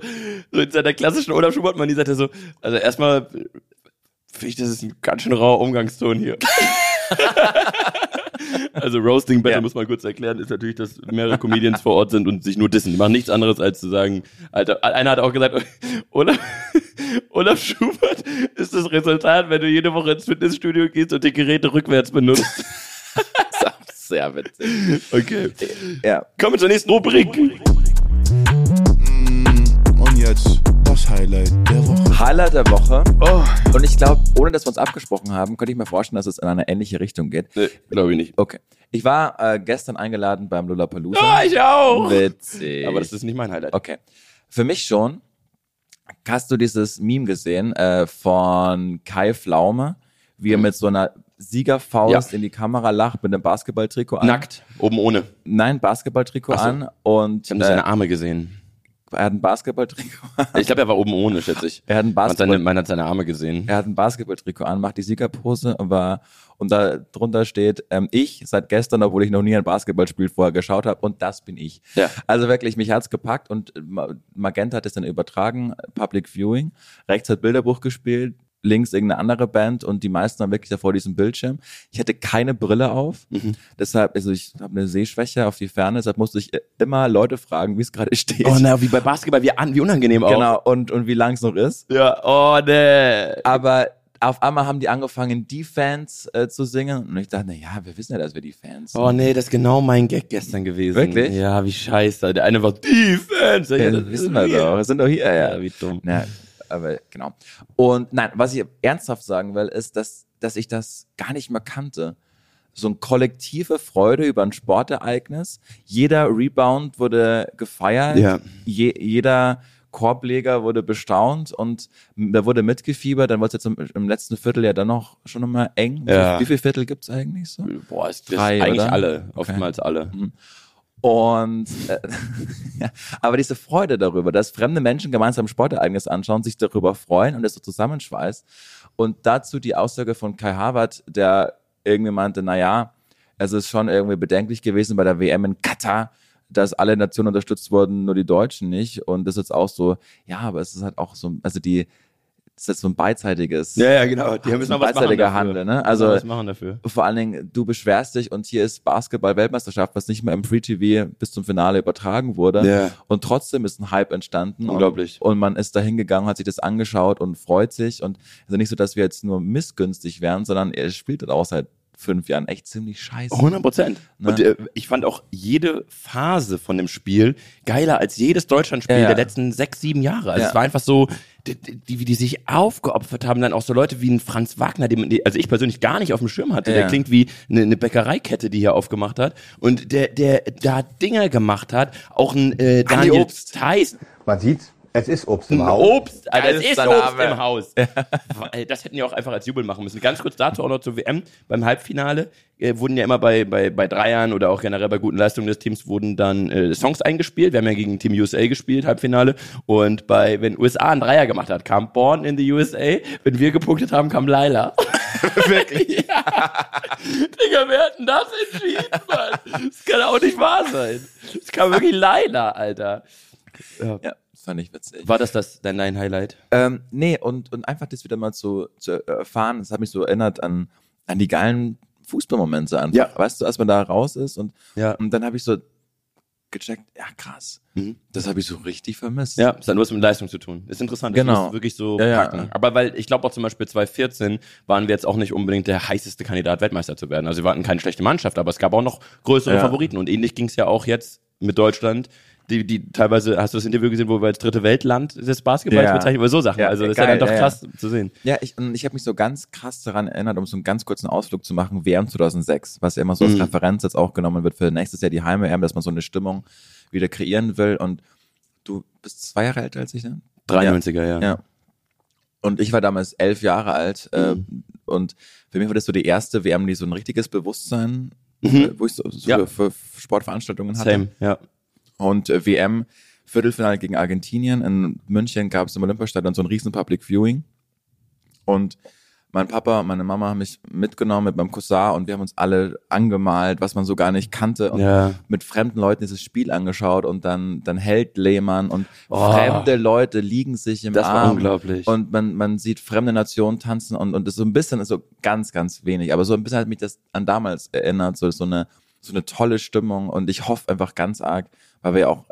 Speaker 2: so in seiner klassischen Olaf Schubert-Manie sagt er so, also erstmal äh, finde ich, das ist ein ganz schön rauer Umgangston hier. also Roasting Battle
Speaker 3: Ja.
Speaker 2: muss man kurz erklären, ist natürlich, dass mehrere Comedians vor Ort sind und sich nur dissen. Die machen nichts anderes, als zu sagen, Alter, einer hat auch gesagt, Olaf, Olaf Schubert ist das Resultat, wenn du jede Woche ins Fitnessstudio gehst und die Geräte rückwärts benutzt.
Speaker 3: Das ist auch sehr witzig.
Speaker 2: Okay.
Speaker 3: Ja.
Speaker 2: Kommen wir zur nächsten Rubrik.
Speaker 1: Und jetzt das Highlight der Woche.
Speaker 3: Highlight der Woche.
Speaker 2: Oh,
Speaker 3: Und ich glaube, ohne dass wir uns abgesprochen haben, könnte ich mir vorstellen, dass es in eine ähnliche Richtung geht.
Speaker 2: nee, glaube ich nicht.
Speaker 3: Okay. Ich war äh, gestern eingeladen beim Lollapalooza.
Speaker 2: Ah, Ja, ich auch.
Speaker 3: Witzig.
Speaker 2: Aber das ist nicht mein Highlight.
Speaker 3: Okay. Für mich schon. Hast du dieses Meme gesehen äh, von Kai Flaume, wie er mit so einer Siegerfaust
Speaker 2: Mhm. Ja.
Speaker 3: in die Kamera lacht mit einem Basketballtrikot an?
Speaker 2: Nackt, oben ohne.
Speaker 3: Nein, Basketballtrikot
Speaker 2: Ach so.
Speaker 3: an und
Speaker 2: Ich habe nur
Speaker 3: äh,
Speaker 2: seine Arme gesehen.
Speaker 3: er hat ein Basketballtrikot an.
Speaker 2: Ich glaube, er war oben ohne, schätze ich.
Speaker 3: Er hat ein
Speaker 2: Man hat seine,
Speaker 3: Basketball
Speaker 2: man hat seine Arme gesehen.
Speaker 3: er hat ein Basketballtrikot an, macht die Siegerpose und war und da drunter steht ähm, ich seit gestern, obwohl ich noch nie ein Basketballspiel vorher geschaut habe und das bin ich.
Speaker 2: Ja.
Speaker 3: Also wirklich, mich hat's gepackt und Ma- Magenta hat es dann übertragen, Public Viewing. Rechts hat Bilderbuch gespielt, links irgendeine andere Band und die meisten waren wirklich da vor diesem Bildschirm. Ich hatte keine Brille auf,
Speaker 2: Mhm.
Speaker 3: deshalb, also ich habe eine Sehschwäche auf die Ferne, deshalb musste ich äh, immer Leute fragen, wie es gerade steht.
Speaker 2: Oh, na, wie bei Basketball, wie, an, wie unangenehm auch.
Speaker 3: genau, und, und wie lang es noch ist.
Speaker 2: Ja, oh, ne.
Speaker 3: Aber auf einmal haben die angefangen, die Fans äh, zu singen. Und ich dachte, na ja, wir wissen ja, dass wir die Fans sind.
Speaker 2: Oh, nee, das ist genau mein Gag gestern gewesen.
Speaker 3: Wirklich?
Speaker 2: Ja, wie scheiße. Der eine war Defense. Ja,
Speaker 3: Ja, das wissen wir doch. Wir sind doch hier, ja.
Speaker 2: Ja, wie dumm.
Speaker 3: Na, aber genau. Und nein, was ich ernsthaft sagen will, ist, dass, dass ich das gar nicht mehr kannte. So eine kollektive Freude über ein Sportereignis. Jeder Rebound wurde gefeiert.
Speaker 2: Ja.
Speaker 3: Je, jeder Korbleger wurde bestaunt und m- da wurde mitgefiebert. Dann wurde es jetzt im, im letzten Vierteljahr dann noch schon immer eng.
Speaker 2: Ja.
Speaker 3: Wie viel Viertel gibt's eigentlich so?
Speaker 2: Boah, ist das
Speaker 3: Drei,
Speaker 2: eigentlich
Speaker 3: oder?
Speaker 2: alle,
Speaker 3: Okay.
Speaker 2: oftmals alle.
Speaker 3: Und äh, ja, aber diese Freude darüber, dass fremde Menschen gemeinsam Sportereignis anschauen, sich darüber freuen und das so zusammenschweißt. Und dazu die Aussage von Kai Harvard, der irgendwie meinte, naja, es ist schon irgendwie bedenklich gewesen bei der WM in Katar, dass alle Nationen unterstützt wurden, nur die Deutschen nicht. Und das ist jetzt auch so, ja, aber es ist halt auch so, also die, es ist jetzt so ein beidseitiges,
Speaker 2: Ja, ja, genau. Die
Speaker 3: so ein beidseitiger Handel, ne? Also,
Speaker 2: was machen dafür.
Speaker 3: vor allen Dingen, du beschwerst dich und hier ist Basketball-Weltmeisterschaft, was nicht mehr im Free-TV bis zum Finale übertragen wurde.
Speaker 2: Ja.
Speaker 3: Und trotzdem ist ein Hype entstanden.
Speaker 2: Unglaublich.
Speaker 3: Und, und man ist da hingegangen, hat sich das angeschaut und freut sich. Und also nicht so, dass wir jetzt nur missgünstig wären, sondern er spielt das auch seit fünf Jahren echt ziemlich scheiße.
Speaker 2: 100 Prozent.
Speaker 3: Ne?
Speaker 2: Und äh, ich fand auch jede Phase von dem Spiel geiler als jedes Deutschlandspiel
Speaker 3: Ja, ja.
Speaker 2: der letzten sechs, sieben Jahre. Also
Speaker 3: Ja.
Speaker 2: es war einfach so, die, die, wie die sich aufgeopfert haben. Dann auch so Leute wie ein Franz Wagner, den man- also ich persönlich gar nicht auf dem Schirm hatte. Der
Speaker 3: Ja.
Speaker 2: klingt wie eine, eine Bäckereikette, die hier aufgemacht hat. Und der, der da Dinger gemacht hat. Auch ein äh, Daniel
Speaker 3: Obst.
Speaker 2: Theis.
Speaker 4: Man sieht, es ist Obst im
Speaker 2: Ein
Speaker 4: Haus.
Speaker 2: Obst, Alter, es
Speaker 3: Geiles
Speaker 2: ist
Speaker 3: Salami.
Speaker 2: Obst im Haus. Weil Das hätten die auch einfach als Jubel machen müssen. Ganz kurz dazu auch noch zur WM. Beim Halbfinale äh, wurden ja immer bei, bei, bei Dreiern oder auch generell bei guten Leistungen des Teams wurden dann äh, Songs eingespielt. Wir haben ja gegen Team USA gespielt, Halbfinale. Und bei, wenn USA einen Dreier gemacht hat, kam Born in the USA. Wenn wir gepunktet haben, kam Laila. Wirklich? ja. Digga, wer hat denn das entschieden, Mann? Das kann auch nicht wahr sein. Es kam wirklich Laila, Alter.
Speaker 3: Ja, das fand ich witzig.
Speaker 2: War das, das dein, dein Highlight?
Speaker 3: Ähm, nee, und, und einfach das wieder mal zu, zu erfahren, das hat mich so erinnert an, an die geilen Fußballmomente einfach.
Speaker 2: Ja.
Speaker 3: Weißt du, als man da raus ist und,
Speaker 2: Ja.
Speaker 3: und dann habe ich so gecheckt, ja krass,
Speaker 2: Mhm.
Speaker 3: das habe ich so richtig vermisst.
Speaker 2: Ja, es hat nur was mit Leistung zu tun. Ist interessant. das
Speaker 3: Genau.
Speaker 2: muss wirklich so
Speaker 3: Ja, ja.
Speaker 2: packen. Aber weil ich glaube auch zum Beispiel 2014 waren wir jetzt auch nicht unbedingt der heißeste Kandidat, Weltmeister zu werden. Also wir hatten keine schlechte Mannschaft, aber es gab auch noch größere
Speaker 3: Ja.
Speaker 2: Favoriten. Und ähnlich ging es ja auch jetzt mit Deutschland. Die, die teilweise, hast du das Interview gesehen, wo wir als dritte Weltland des Basketballs
Speaker 3: Ja.
Speaker 2: bezeichnen, oder so Sachen.
Speaker 3: Ja,
Speaker 2: also das
Speaker 3: geil,
Speaker 2: ist ja dann doch
Speaker 3: ja, ja.
Speaker 2: krass zu sehen.
Speaker 3: Ja, ich, und ich habe mich so ganz krass daran erinnert, um so einen ganz kurzen Ausflug zu machen, WM 2006, was ja immer so als
Speaker 2: Mhm.
Speaker 3: Referenz jetzt auch genommen wird für nächstes Jahr die Heim-WM, dass man so eine Stimmung wieder kreieren will. Und du bist zwei Jahre älter als ich, ne?
Speaker 2: 93er, ja.
Speaker 3: Ja. Und ich war damals elf Jahre alt äh,
Speaker 2: Mhm.
Speaker 3: und für mich war das so die erste WM, die so ein richtiges Bewusstsein, äh, wo ich so, so
Speaker 2: Mhm. Ja.
Speaker 3: für, für Sportveranstaltungen hatte.
Speaker 2: Same, ja.
Speaker 3: Und äh, WM, Viertelfinale gegen Argentinien. In München gab es im Olympiastadion so ein riesen Public Viewing. Und mein Papa und meine Mama haben mich mitgenommen mit meinem Cousin und wir haben uns alle angemalt, was man so gar nicht kannte. Und
Speaker 2: Ja.
Speaker 3: mit fremden Leuten dieses Spiel angeschaut und dann, dann hält Lehmann und
Speaker 2: Oh.
Speaker 3: fremde Leute liegen sich im
Speaker 2: Das war
Speaker 3: Arm.
Speaker 2: unglaublich.
Speaker 3: Und man, man sieht fremde Nationen tanzen und, und das so ein bisschen, so ganz, ganz wenig, aber so ein bisschen hat mich das an damals erinnert, so, so eine, so eine tolle Stimmung und ich hoffe einfach ganz arg, weil wir ja auch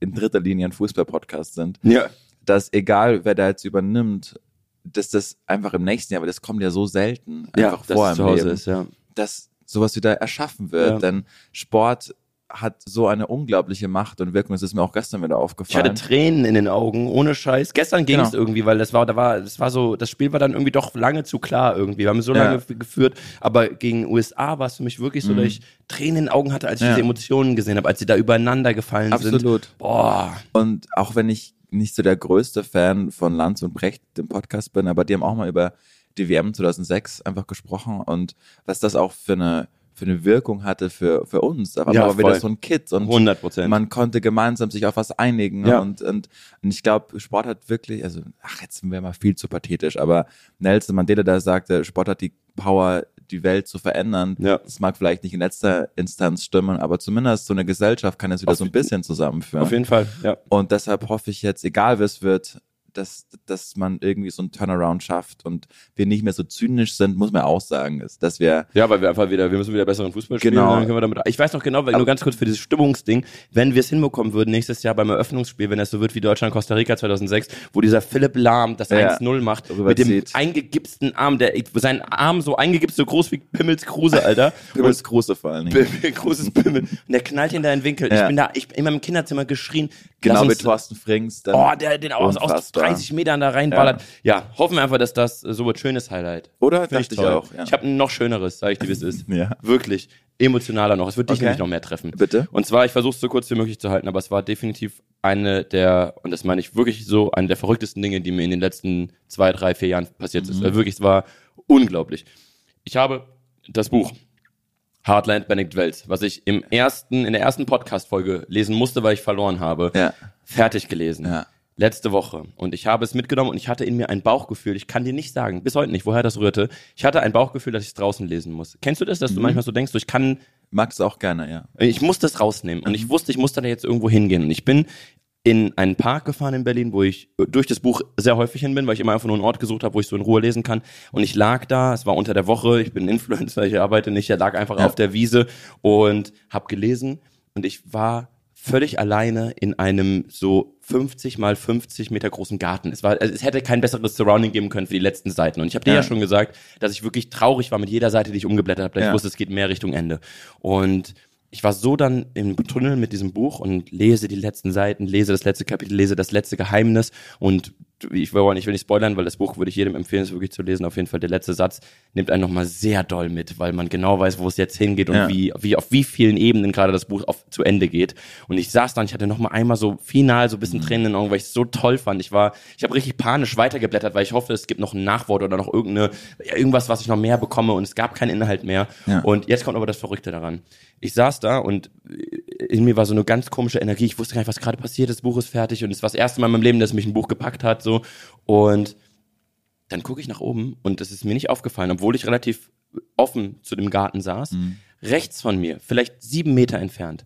Speaker 3: in dritter Linie ein Fußball-Podcast sind,
Speaker 2: Ja.
Speaker 3: dass egal, wer da jetzt übernimmt, dass das einfach im nächsten Jahr, weil das kommt ja so selten einfach
Speaker 2: dass
Speaker 3: vor
Speaker 2: es
Speaker 3: im
Speaker 2: zu Hause
Speaker 3: Leben
Speaker 2: ist, ja.
Speaker 3: dass sowas wieder erschaffen wird.
Speaker 2: Ja.
Speaker 3: Denn Sport hat so eine unglaubliche Macht und Wirkung. Das ist mir auch gestern wieder
Speaker 2: Ich hatte
Speaker 3: aufgefallen.
Speaker 2: Tränen in den Augen, ohne Scheiß. Gestern ging es
Speaker 3: Genau.
Speaker 2: irgendwie, weil das war, da war, das war so, das Spiel war dann irgendwie doch lange zu klar irgendwie. Wir haben so lange
Speaker 3: Ja. Mhm.
Speaker 2: f- geführt, aber gegen USA war es für mich wirklich so, dass ich Tränen in den Augen hatte, als ich
Speaker 3: Ja.
Speaker 2: diese Emotionen gesehen habe, als sie da übereinander gefallen sind.
Speaker 3: Absolut.
Speaker 2: Boah,
Speaker 3: Und auch wenn ich nicht so der größte Fan von Lanz und Brecht im Podcast bin, aber die haben auch mal über die WM 2006 einfach gesprochen und was das auch für eine, für eine Wirkung hatte für, für uns. Da war
Speaker 2: Ja,
Speaker 3: man wieder
Speaker 2: voll.
Speaker 3: so ein Kid und
Speaker 2: 100 Prozent.
Speaker 3: man konnte gemeinsam sich auf was einigen. ne?
Speaker 2: Ja.
Speaker 3: Und, und, und ich glaube, Sport hat wirklich, also, ach, jetzt sind wir mal viel zu pathetisch, aber Nelson Mandela da sagte, Sport hat die Power, die Welt zu verändern.
Speaker 2: Ja.
Speaker 3: Das mag vielleicht nicht in letzter Instanz stimmen, aber zumindest so eine Gesellschaft kann es wieder
Speaker 2: Auf-
Speaker 3: so ein bisschen zusammenführen.
Speaker 2: Auf jeden Fall, ja.
Speaker 3: Und deshalb hoffe ich jetzt, egal was wird, dass, dass man irgendwie so einen Turnaround schafft und wir nicht mehr so zynisch sind, muss man auch sagen, ist, dass wir
Speaker 2: Ja, weil wir einfach wieder, wir müssen wieder besseren Fußball spielen.
Speaker 3: Genau.
Speaker 2: Dann können wir damit, ich weiß noch genau, weil nur ganz kurz für dieses Stimmungsding, wenn wir es hinbekommen würden, nächstes Jahr beim Eröffnungsspiel, wenn das so wird wie Deutschland-Costa Rica 2006, wo dieser Philipp Lahm das
Speaker 3: Ja.
Speaker 2: 1-0 macht, mit dem
Speaker 3: Rüberzieht.
Speaker 2: eingegipsten Arm, der, sein Arm so eingegipst, so groß wie Pimmels Kruse, Alter. Und-
Speaker 3: das Große vor allen Dingen.
Speaker 2: Pimmel, großes Pimmel. Und der knallt in deinen Winkel.
Speaker 3: Ja.
Speaker 2: Ich bin da, ich bin in meinem Kinderzimmer geschrien.
Speaker 3: Genau
Speaker 2: lass
Speaker 3: wie
Speaker 2: uns-
Speaker 3: Thorsten Frings. dann-
Speaker 2: Oh, der, den Aus
Speaker 3: Unfassbar.
Speaker 2: 30 Metern da reinballert. Ja. hoffen wir einfach, dass das äh, so ein schönes Highlight.
Speaker 3: Oder?
Speaker 2: Finde ich
Speaker 3: Dachte ich
Speaker 2: toll.
Speaker 3: auch, ja.
Speaker 2: Ich habe ein noch schöneres, sag ich dir, wie es ist.
Speaker 3: Ja.
Speaker 2: Wirklich. Emotionaler noch. Es wird dich
Speaker 3: Okay.
Speaker 2: nämlich noch mehr treffen.
Speaker 3: Bitte?
Speaker 2: Und zwar, ich versuche es so kurz wie möglich zu halten, aber es war definitiv eine der, und das meine ich wirklich so, eine der verrücktesten Dinge, die mir in den letzten zwei, drei, vier Jahren passiert
Speaker 3: Mhm.
Speaker 2: ist. Äh, Wirklich, es war unglaublich. Ich habe das Buch Hardline Benedict Wells, was ich im ersten, in der ersten Podcast-Folge lesen musste, weil ich verloren habe,
Speaker 3: Ja.
Speaker 2: fertig gelesen.
Speaker 3: Ja.
Speaker 2: Letzte Woche. Und ich habe es mitgenommen und ich hatte in mir ein Bauchgefühl. Ich kann dir nicht sagen, bis heute nicht, woher das rührte. Ich hatte ein Bauchgefühl, dass ich es draußen lesen muss. Kennst du das, dass du manchmal so denkst, so, ich kann
Speaker 3: Mag es auch gerne, ja.
Speaker 2: ich musste es rausnehmen und ich wusste, ich musste da jetzt irgendwo hingehen. Und ich bin in einen Park gefahren in Berlin, wo ich äh, durch das Buch sehr häufig hin bin, weil ich immer einfach nur einen Ort gesucht habe, wo ich so in Ruhe lesen kann. Und ich lag da, es war unter der Woche, ich bin Influencer, ich arbeite nicht, ich lag einfach
Speaker 3: Ja.
Speaker 2: auf der Wiese und habe gelesen und ich war völlig alleine in einem so 50 mal 50 Meter großen Garten. Es war, also es hätte kein besseres Surrounding geben können für die letzten Seiten. Und ich habe dir ja.
Speaker 3: Ja.
Speaker 2: schon gesagt, dass ich wirklich traurig war mit jeder Seite, die ich umgeblättert habe. Ich
Speaker 3: Ja.
Speaker 2: wusste, es geht mehr Richtung Ende. Und ich war so dann im Tunnel mit diesem Buch und lese die letzten Seiten, lese das letzte Kapitel, lese das letzte Geheimnis und ich will, ich will nicht spoilern, weil das Buch würde ich jedem empfehlen, es wirklich zu lesen. Auf jeden Fall der letzte Satz nimmt einen nochmal sehr doll mit, weil man genau weiß, wo es jetzt hingeht und
Speaker 3: Ja.
Speaker 2: wie, wie auf wie vielen Ebenen gerade das Buch auf, zu Ende geht. Und ich saß dann, ich hatte nochmal einmal so final so ein bisschen Tränen in den Augen, weil ich es so toll fand. Ich war, ich habe richtig panisch weitergeblättert, weil ich hoffe, es gibt noch ein Nachwort oder noch irgendeine, ja, irgendwas, was ich noch mehr bekomme und es gab keinen Inhalt mehr.
Speaker 3: Ja.
Speaker 2: Und jetzt kommt aber das Verrückte daran. Ich saß da und in mir war so eine ganz komische Energie. Ich wusste gar nicht, was gerade passiert. Das Buch ist fertig und es war das erste Mal in meinem Leben, dass mich ein Buch gepackt hat. So und dann gucke ich nach oben und es ist mir nicht aufgefallen, obwohl ich relativ offen zu dem Garten saß.
Speaker 3: Mhm.
Speaker 2: Rechts von mir, vielleicht sieben Meter entfernt,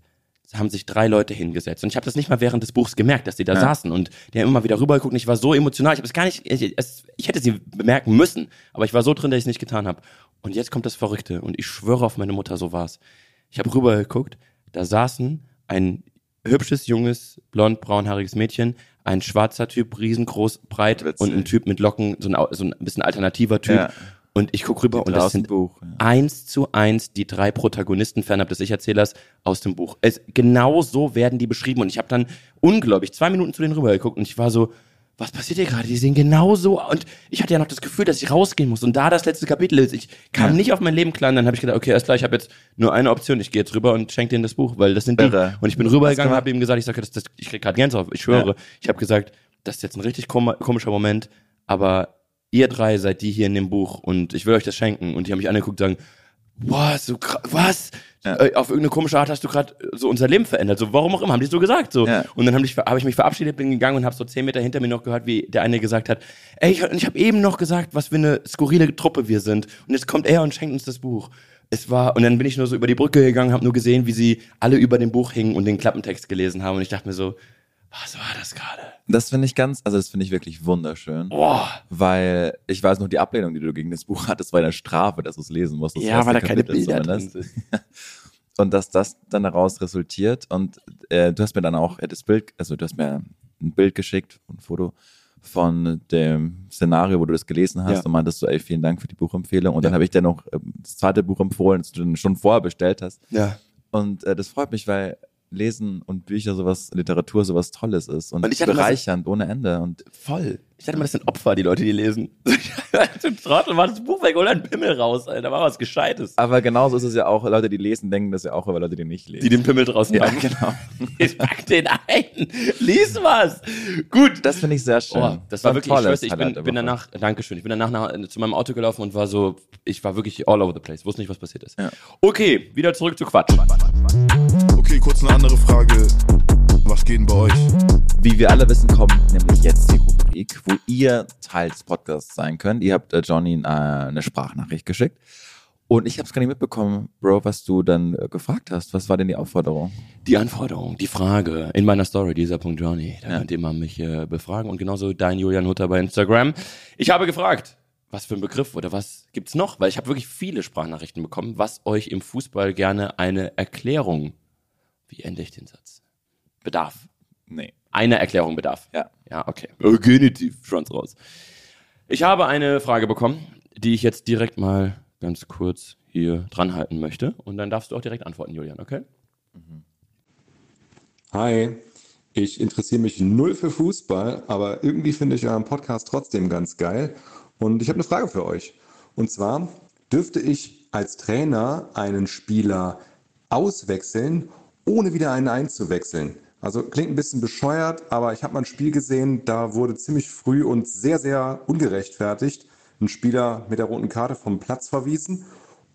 Speaker 2: haben sich drei Leute hingesetzt. Und ich habe das nicht mal während des Buchs gemerkt, dass die da
Speaker 3: Ja.
Speaker 2: saßen. Und die haben immer wieder rübergeguckt und ich war so emotional. Ich habe es gar nicht, ich, es, ich hätte sie bemerken müssen, aber ich war so drin, dass ich es nicht getan habe. Und jetzt kommt das Verrückte und ich schwöre auf meine Mutter, so war's. Ich habe rübergeguckt, da saßen ein hübsches, junges, blond, braunhaariges Mädchen, ein schwarzer Typ, riesengroß, breit
Speaker 3: Witzig.
Speaker 2: und ein Typ mit Locken, so ein, au- so ein bisschen alternativer Typ.
Speaker 3: Ja.
Speaker 2: Und ich guck rüber und das sind
Speaker 3: Buch. Ja.
Speaker 2: eins zu eins die drei Protagonisten fernab des Ich-Erzählers aus dem Buch. Es, genau so werden die beschrieben und ich habe dann unglaublich zwei Minuten zu denen rübergeguckt und ich war so, was passiert hier gerade? Die sehen genau so und ich hatte ja noch das Gefühl, dass ich rausgehen muss und da das letzte Kapitel ist. Ich kam nicht auf mein Leben klar und dann habe ich gedacht, okay, alles klar, ich habe jetzt nur eine Option, ich gehe jetzt rüber und schenke denen das Buch, weil das sind die.
Speaker 3: Irre.
Speaker 2: Und ich bin rübergegangen und habe ihm gesagt, ich sage, das, das, ich krieg gerade Gänsehaut, ich schwöre.
Speaker 3: Ja.
Speaker 2: Ich habe gesagt, das ist jetzt ein richtig kom komischer Moment, aber ihr drei seid die hier in dem Buch und ich will euch das schenken. Und die haben mich angeguckt und sagen, boah, so krass, was?
Speaker 3: Ja.
Speaker 2: Äh, auf irgendeine komische Art hast du gerade so unser Leben verändert. So, warum auch immer, haben die so gesagt. So.
Speaker 3: Ja.
Speaker 2: Und dann habe ich, hab ich mich verabschiedet, bin gegangen und habe so zehn Meter hinter mir noch gehört, wie der eine gesagt hat, ey, ich, ich habe eben noch gesagt, was für eine skurrile Truppe wir sind. Und jetzt kommt er und schenkt uns das Buch. Es war, und dann bin ich nur so über die Brücke gegangen, habe nur gesehen, wie sie alle über dem Buch hingen und den Klappentext gelesen haben. Und ich dachte mir so, was war das gerade?
Speaker 3: Das finde ich ganz, also das finde ich wirklich wunderschön.
Speaker 2: Boah.
Speaker 3: Weil ich weiß noch, die Ablehnung, die du gegen das Buch hattest, war eine Strafe, dass du es lesen musstest. Das
Speaker 2: Ja,
Speaker 3: erste
Speaker 2: weil da keine
Speaker 3: Kapitel
Speaker 2: Bilder drin
Speaker 3: zumindest.
Speaker 2: sind.
Speaker 3: Und dass das dann daraus resultiert. Und äh, du hast mir dann auch äh, das Bild, also du hast mir ein Bild geschickt, ein Foto von dem Szenario, wo du das gelesen hast
Speaker 2: Ja.
Speaker 3: und meintest so, ey, vielen Dank für die Buchempfehlung. Und dann habe ich dir noch ähm, das zweite Buch empfohlen, das du dann schon vorher bestellt hast.
Speaker 2: Ja.
Speaker 3: Und äh, das freut mich, weil Lesen und Bücher sowas, Literatur sowas Tolles ist und,
Speaker 2: Und ich hatte mal so-
Speaker 3: bereichernd ohne Ende. Und
Speaker 2: Voll. Ich dachte immer, das sind Opfer, die Leute, die lesen. Zum Trottel war das Buch weg, hol einen Pimmel raus, Alter. Da war was Gescheites.
Speaker 3: Aber genauso ist es ja auch, Leute, die lesen, denken das ja auch über Leute, die nicht lesen.
Speaker 2: Die den Pimmel draußen
Speaker 3: ja,
Speaker 2: packen.
Speaker 3: genau.
Speaker 2: Ich pack den ein. Lies was. Gut.
Speaker 3: Das finde ich sehr schön.
Speaker 2: Oh, das war
Speaker 3: ein
Speaker 2: wirklich, ich,
Speaker 3: tolles
Speaker 2: schwör's, ich
Speaker 3: Highlight
Speaker 2: bin,
Speaker 3: der
Speaker 2: bin
Speaker 3: Woche.
Speaker 2: danach, Dankeschön, ich bin danach nach, zu meinem Auto gelaufen und war so, ich war wirklich all over the place, wusste nicht, was passiert ist.
Speaker 3: Ja.
Speaker 2: Okay, wieder zurück zu Quatsch.
Speaker 1: Okay, kurz eine andere Frage. Was geht denn bei euch?
Speaker 3: Wie wir alle wissen, kommt nämlich jetzt die Rubrik, wo ihr Teil des Podcasts sein könnt. Ihr habt äh, Johnny äh, eine Sprachnachricht geschickt. Und ich habe es gar nicht mitbekommen, Bro, was du dann äh, gefragt hast. Was war denn die Aufforderung?
Speaker 2: Die Anforderung, die Frage in meiner Story, dieser Punkt Johnny, da
Speaker 3: Ja.
Speaker 2: könnt ihr mal mich äh, befragen und genauso dein Julian Hutter bei Instagram. Ich habe gefragt, was für ein Begriff oder was gibt's noch, weil ich habe wirklich viele Sprachnachrichten bekommen, was euch im Fußball gerne eine Erklärung, wie ende ich den Satz, bedarf.
Speaker 3: Nee.
Speaker 2: Einer Erklärung bedarf.
Speaker 3: Ja.
Speaker 2: Ja, okay. Äh, Genitiv, Schwanz raus. Ich habe eine Frage bekommen, die ich jetzt direkt mal ganz kurz hier dranhalten möchte und dann darfst du auch direkt antworten, Julian, okay?
Speaker 5: Hi, Ich interessiere mich null für Fußball, aber irgendwie finde ich euren Podcast trotzdem ganz geil. Und ich habe eine Frage für euch. Und zwar, dürfte ich als Trainer einen Spieler auswechseln, ohne wieder einen einzuwechseln? Also klingt ein bisschen bescheuert, aber ich habe mal ein Spiel gesehen, da wurde ziemlich früh und sehr, sehr ungerechtfertigt ein Spieler mit der roten Karte vom Platz verwiesen.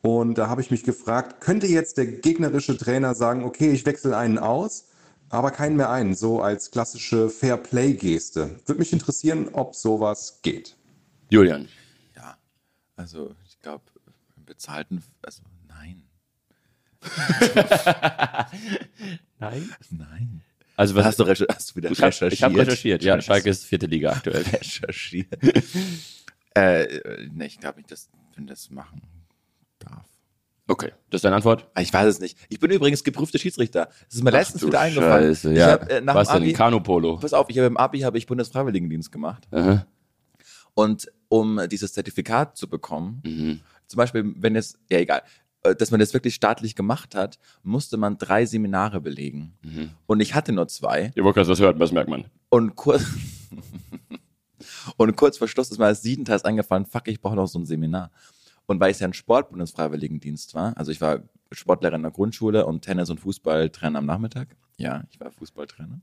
Speaker 5: Und da habe ich mich gefragt, könnte jetzt der gegnerische Trainer sagen, okay, ich wechsle einen aus, aber keinen mehr ein, so als klassische Fair-Play-Geste. Würde mich interessieren, ob sowas geht.
Speaker 2: Julian.
Speaker 3: Ja, also ich glaube, im bezahlten, also nein,
Speaker 2: Nein.
Speaker 3: nein.
Speaker 2: Also was
Speaker 3: Hast du, recher- hast du wieder
Speaker 2: Ich habe hab recherchiert. Ja, Schalke
Speaker 3: Schalke
Speaker 2: ist vierte Liga aktuell.
Speaker 3: recherchiert. äh, ne, ich glaube nicht, dass man das machen darf.
Speaker 2: Okay, das ist deine Antwort?
Speaker 3: Ah, Ich weiß es nicht. Ich bin übrigens geprüfter Schiedsrichter. Das ist mir letztens
Speaker 2: du
Speaker 3: wieder eingefallen.
Speaker 2: Scheiße,
Speaker 3: ich
Speaker 2: ja.
Speaker 3: hab, äh, nach
Speaker 2: Was
Speaker 3: dem
Speaker 2: denn?
Speaker 3: Abi,
Speaker 2: Kanopolo.
Speaker 3: Pass auf, ich habe im Abi habe ich Bundesfreiwilligendienst gemacht.
Speaker 2: Aha.
Speaker 3: Und um dieses Zertifikat zu bekommen,
Speaker 2: Mhm.
Speaker 3: zum Beispiel, wenn es, ja egal, äh, dass man das wirklich staatlich gemacht hat, musste man drei Seminare belegen. Und ich hatte nur zwei.
Speaker 2: Ihr wollt gerade was hören, was merkt man?
Speaker 3: Und kurz, und kurz vor Schluss ist mir als Siedentags eingefallen, fuck, ich brauche noch so ein Seminar. Und weil ich ja ein Sportbundesfreiwilligendienst war, also ich war Sportlehrer in der Grundschule und Tennis- und Fußballtrainer am Nachmittag. Ja, ich war Fußballtrainer.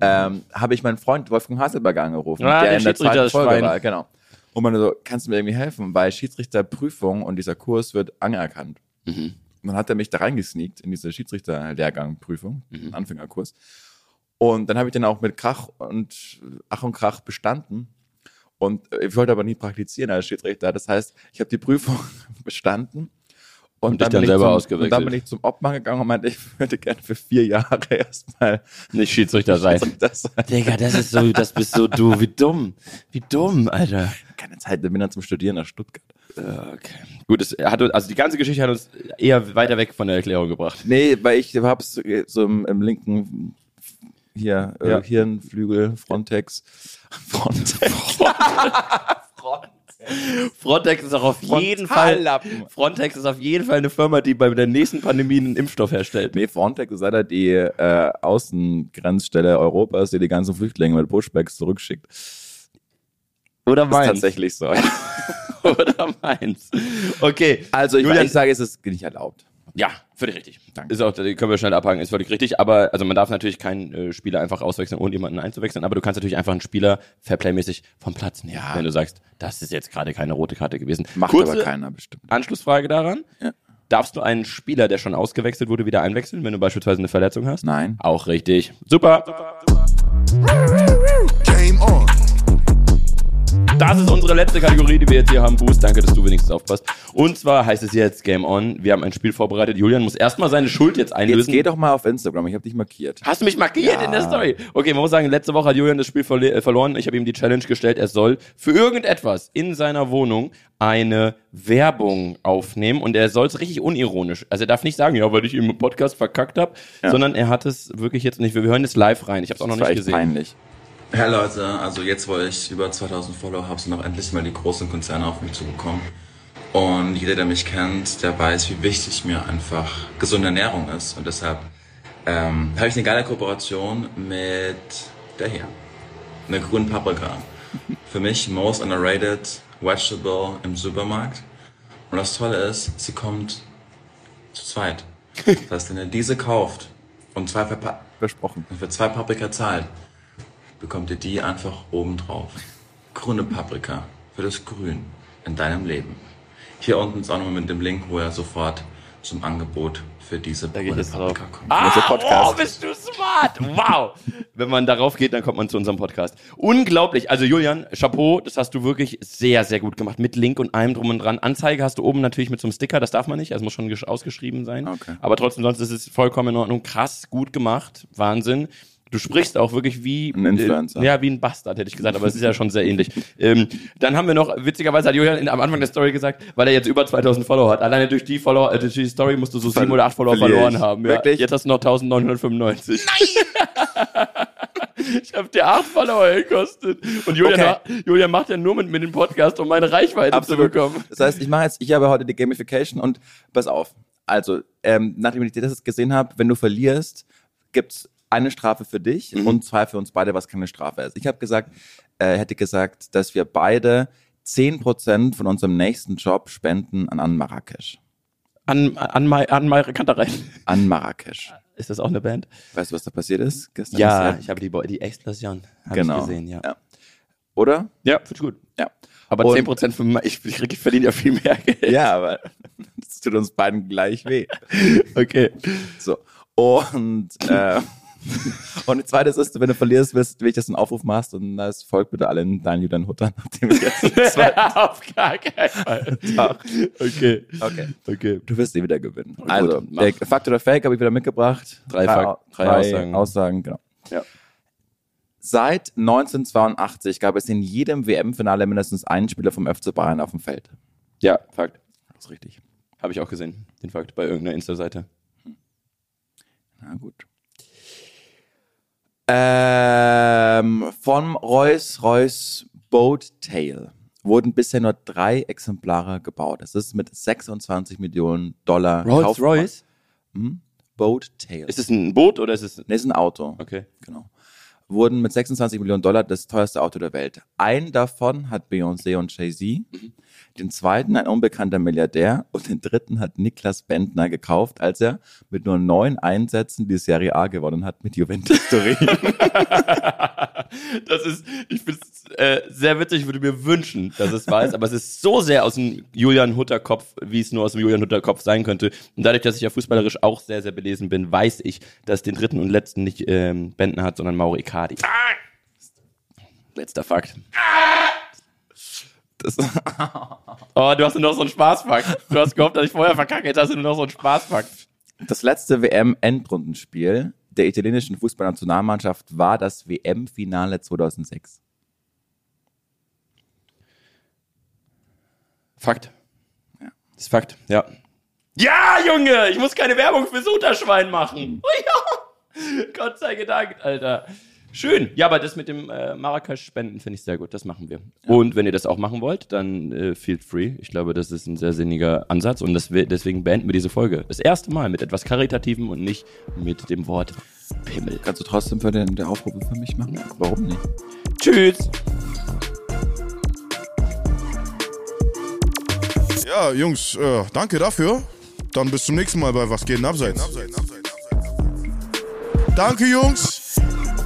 Speaker 3: Ähm, habe ich meinen Freund Wolfgang Haselberger angerufen,
Speaker 2: Ah, der
Speaker 3: der in der
Speaker 2: Schiedsrichter,
Speaker 3: zweiten
Speaker 2: das
Speaker 3: Folge
Speaker 2: Schwein.
Speaker 3: war. Genau. Und meine so, kannst du mir irgendwie helfen? Weil Schiedsrichterprüfung und dieser Kurs wird anerkannt.
Speaker 2: Mhm.
Speaker 3: Und dann hat er mich da reingesneakt in diese Schiedsrichterlehrgangprüfung, mhm. Anfängerkurs. Und dann habe ich den auch mit Krach und Ach und Krach bestanden. Und äh, ich wollte aber nie praktizieren als Schiedsrichter. Das heißt, ich habe die Prüfung bestanden. Und,
Speaker 2: dich dann
Speaker 3: bin ich
Speaker 2: selber
Speaker 3: zum,
Speaker 2: ausgewechselt.
Speaker 3: Und dann bin ich zum Obmann gegangen und meinte, ich würde gerne für vier Jahre erstmal
Speaker 2: Nicht Schiedsrichter sein.
Speaker 3: das sein.
Speaker 2: Digga, das ist so, das bist so du, wie dumm. Wie dumm, Alter.
Speaker 3: Keine Zeit, bin dann zum Studieren nach Stuttgart.
Speaker 2: Okay. Gut, es hat, uns- also die ganze Geschichte hat uns eher weiter weg von der Erklärung gebracht.
Speaker 3: Nee, weil ich hab's äh, so im, im linken hier, äh,
Speaker 2: Ja.
Speaker 3: Hirnflügel, Frontex. Frontex.
Speaker 2: Frontex ist auch auf jeden Fall.
Speaker 3: Frontallappen.
Speaker 2: Frontex ist auf jeden Fall eine Firma, die bei der nächsten Pandemie einen Impfstoff herstellt.
Speaker 3: Nee, Frontex ist leider die äh, Außengrenzstelle Europas, die die ganzen Flüchtlinge mit Pushbacks zurückschickt.
Speaker 2: Oder
Speaker 3: Das ist
Speaker 2: meins.
Speaker 3: tatsächlich so.
Speaker 2: Oder meins. Okay.
Speaker 3: Also ich,
Speaker 2: Julian-
Speaker 3: ich sage, es ist nicht erlaubt.
Speaker 2: Ja, völlig richtig.
Speaker 3: Danke.
Speaker 2: Ist auch, können wir schnell abhaken, ist völlig richtig. Aber also man darf natürlich keinen äh, Spieler einfach auswechseln, ohne jemanden einzuwechseln. Aber du kannst natürlich einfach einen Spieler fairplaymäßig vom Platz nehmen,
Speaker 3: Ja.
Speaker 2: wenn du sagst, das ist jetzt gerade keine rote Karte gewesen.
Speaker 3: Macht
Speaker 2: Kurze
Speaker 3: aber keiner bestimmt.
Speaker 2: Anschlussfrage daran.
Speaker 3: Ja.
Speaker 2: Darfst du einen Spieler, der schon ausgewechselt wurde, wieder einwechseln, wenn du beispielsweise eine Verletzung hast?
Speaker 3: Nein.
Speaker 2: Auch richtig. Super.
Speaker 1: Game on.
Speaker 2: Das ist unsere letzte Kategorie, die wir jetzt hier haben. Boost, danke, dass du wenigstens aufpasst. Und zwar heißt es jetzt Game On. Wir haben ein Spiel vorbereitet. Julian muss erstmal seine Schuld jetzt
Speaker 3: Jetzt
Speaker 2: einlösen.
Speaker 3: geh doch mal auf Instagram, ich habe dich markiert.
Speaker 2: Hast du mich markiert in der Story? Okay, man muss sagen, letzte Woche hat Julian das Spiel verli- äh, verloren. Ich habe ihm die Challenge gestellt, er soll für irgendetwas in seiner Wohnung eine Werbung aufnehmen und er soll es richtig unironisch. Also er darf nicht sagen, ja, weil ich im Podcast verkackt habe, sondern er hat es wirklich jetzt nicht. Wir wir hören jetzt live rein. Ich habe es auch noch
Speaker 3: war
Speaker 2: nicht
Speaker 3: echt
Speaker 2: gesehen.
Speaker 3: peinlich.
Speaker 6: Ja Leute, also jetzt, wo ich über 2000 Follower habe, sind auch endlich mal die großen Konzerne auf mich zugekommen. Und jeder, der mich kennt, der weiß, wie wichtig mir einfach gesunde Ernährung ist. Und deshalb ähm, habe ich eine geile Kooperation mit der hier, einer grünen Paprika. Für mich most underrated vegetable im Supermarkt. Und das Tolle ist, sie kommt zu zweit. Das heißt, wenn ihr diese kauft und zwei verpackt,
Speaker 3: Versprochen.
Speaker 6: und für zwei Paprika zahlt, bekommt ihr die einfach oben drauf. Grüne Paprika für das Grün in deinem Leben. Hier unten ist auch nochmal mit dem Link, wo ihr sofort zum Angebot für diese
Speaker 2: gehe ich
Speaker 6: grüne
Speaker 2: jetzt drauf.
Speaker 6: Paprika kommt.
Speaker 2: Ah,
Speaker 3: Unser Podcast.
Speaker 2: Oh, bist du smart. Wow. Wenn man darauf geht, dann kommt man zu unserem Podcast. Unglaublich. Also Julian, Chapeau, das hast du wirklich sehr, sehr gut gemacht. Mit Link und allem drum und dran. Anzeige hast du oben natürlich mit so einem Sticker, das darf man nicht. Also muss schon gesch- ausgeschrieben sein.
Speaker 3: Okay.
Speaker 2: Aber trotzdem, sonst ist es vollkommen in Ordnung. Krass, gut gemacht. Wahnsinn. Du sprichst auch wirklich wie
Speaker 3: Ein Influencer.
Speaker 2: Äh, ja, wie ein Bastard, hätte ich gesagt, aber es ist ja schon sehr ähnlich. Ähm, dann haben wir noch, witzigerweise hat Julian in, am Anfang der Story gesagt, weil er jetzt über 2000 Follower hat. Alleine durch die, Follower, äh, durch die Story musst du so sieben oder acht Follower
Speaker 3: verliere
Speaker 2: verloren
Speaker 3: ich.
Speaker 2: haben. Ja.
Speaker 3: Wirklich?
Speaker 2: Jetzt hast du noch 1995. Nein! ich habe dir acht Follower gekostet. Und Julian,
Speaker 3: Okay.
Speaker 2: Julian macht ja nur mit, mit dem Podcast, um meine Reichweite zu bekommen.
Speaker 3: Das heißt, ich mache jetzt, ich habe heute die Gamification und pass auf. Also, ähm, nachdem ich das jetzt gesehen habe, wenn du verlierst, gibt's eine Strafe für dich
Speaker 2: Mhm.
Speaker 3: und zwei für uns beide, was keine Strafe ist. Ich habe gesagt, äh, hätte gesagt, dass wir beide 10% von unserem nächsten Job spenden an, an Marrakesch.
Speaker 2: An, an, Mai- an Mayre Kanterei.
Speaker 3: An Marrakesch.
Speaker 2: Ist das auch eine Band?
Speaker 3: Weißt du, was da passiert ist gestern?
Speaker 2: Ja,
Speaker 3: Ist
Speaker 2: ich habe die, Bo- die Explosion hab
Speaker 3: genau.
Speaker 2: ich gesehen, ja.
Speaker 3: Oder?
Speaker 2: Ja, finde ich gut.
Speaker 3: Ja.
Speaker 2: Aber
Speaker 3: Und-
Speaker 2: 10% für Mai, ich, ich verdiene ja viel mehr Geld.
Speaker 3: Ja, aber das tut uns beiden gleich weh.
Speaker 2: Okay.
Speaker 3: So. Und, äh, und das zweite ist, wenn du verlierst, wirst, wenn ich das einen Aufruf machst, und das folgt bitte allen deinen Juden Hutter, nachdem ich jetzt den zweiten
Speaker 2: Auf gar keinen Fall.
Speaker 3: Tag.
Speaker 2: Okay.
Speaker 3: Okay.
Speaker 2: Okay.
Speaker 3: Du wirst sie wieder gewinnen. Also,
Speaker 2: mach.
Speaker 3: der Fakt oder Fake habe ich wieder mitgebracht.
Speaker 2: Drei Fak-
Speaker 3: drei,
Speaker 2: drei
Speaker 3: Aussagen.
Speaker 2: Aussagen.
Speaker 3: Aussagen, genau.
Speaker 2: Ja.
Speaker 3: Seit 1982 gab es in jedem WM-Finale mindestens einen Spieler vom FC Bayern auf dem Feld.
Speaker 2: Ja, Fakt.
Speaker 3: Das ist richtig.
Speaker 2: Habe ich auch gesehen, den Fakt, bei irgendeiner Insta-Seite.
Speaker 3: Na gut. Ähm, vom Rolls-Royce Boat Tail wurden bisher nur drei Exemplare gebaut. Es ist mit 26 Millionen Dollar Kaufpreis- Boat Tail.
Speaker 2: Ist es ein Boot oder ist es...
Speaker 3: nee, ist ein Auto.
Speaker 2: Okay.
Speaker 3: Genau. Wurden mit 26 Millionen Dollar das teuerste Auto der Welt. Einen davon hat Beyoncé und Jay-Z, den zweiten ein unbekannter Milliardär und den dritten hat Niklas Bentner gekauft, als er mit nur neun Einsätzen die Serie A gewonnen hat mit Juventus Turin.
Speaker 2: Das ist, ich finde es äh, sehr witzig, ich würde mir wünschen, dass es weiß, aber es ist so sehr aus dem Julian Hutter Kopf, wie es nur aus dem Julian Hutter Kopf sein könnte. Und dadurch, dass ich ja fußballerisch auch sehr, sehr belesen bin, weiß ich, dass den dritten und letzten nicht ähm, Bentner hat, sondern Mauro Icardi. Letzter Fakt.
Speaker 3: Das,
Speaker 2: Oh, du hast nur noch so einen Spaßfakt. Du hast gehofft, dass ich vorher verkacke, jetzt hast du nur noch so einen Spaßfakt.
Speaker 3: das letzte WM-Endrundenspiel der italienischen Fußballnationalmannschaft war das WM-Finale 2006.
Speaker 2: Fakt. Das ist Fakt, ja. Ja, Junge, ich muss keine Werbung fürs Unterschwein machen. Oh ja, Gott sei gedankt, Alter. Schön. Ja, aber das mit dem äh, Marrakesch-Spenden finde ich sehr gut. Das machen wir. Und wenn ihr das auch machen wollt, dann äh, feel free. Ich glaube, das ist ein sehr sinniger Ansatz und das, wir- deswegen beenden wir diese Folge. Das erste Mal mit etwas Karitativem und nicht mit dem Wort Pimmel.
Speaker 3: Kannst du trotzdem für den, der Aufrufe für mich machen? Warum nicht?
Speaker 2: Tschüss.
Speaker 1: Ja, Jungs, äh, danke dafür. Dann bis zum nächsten Mal bei Was geht denn abseits? Danke, Jungs.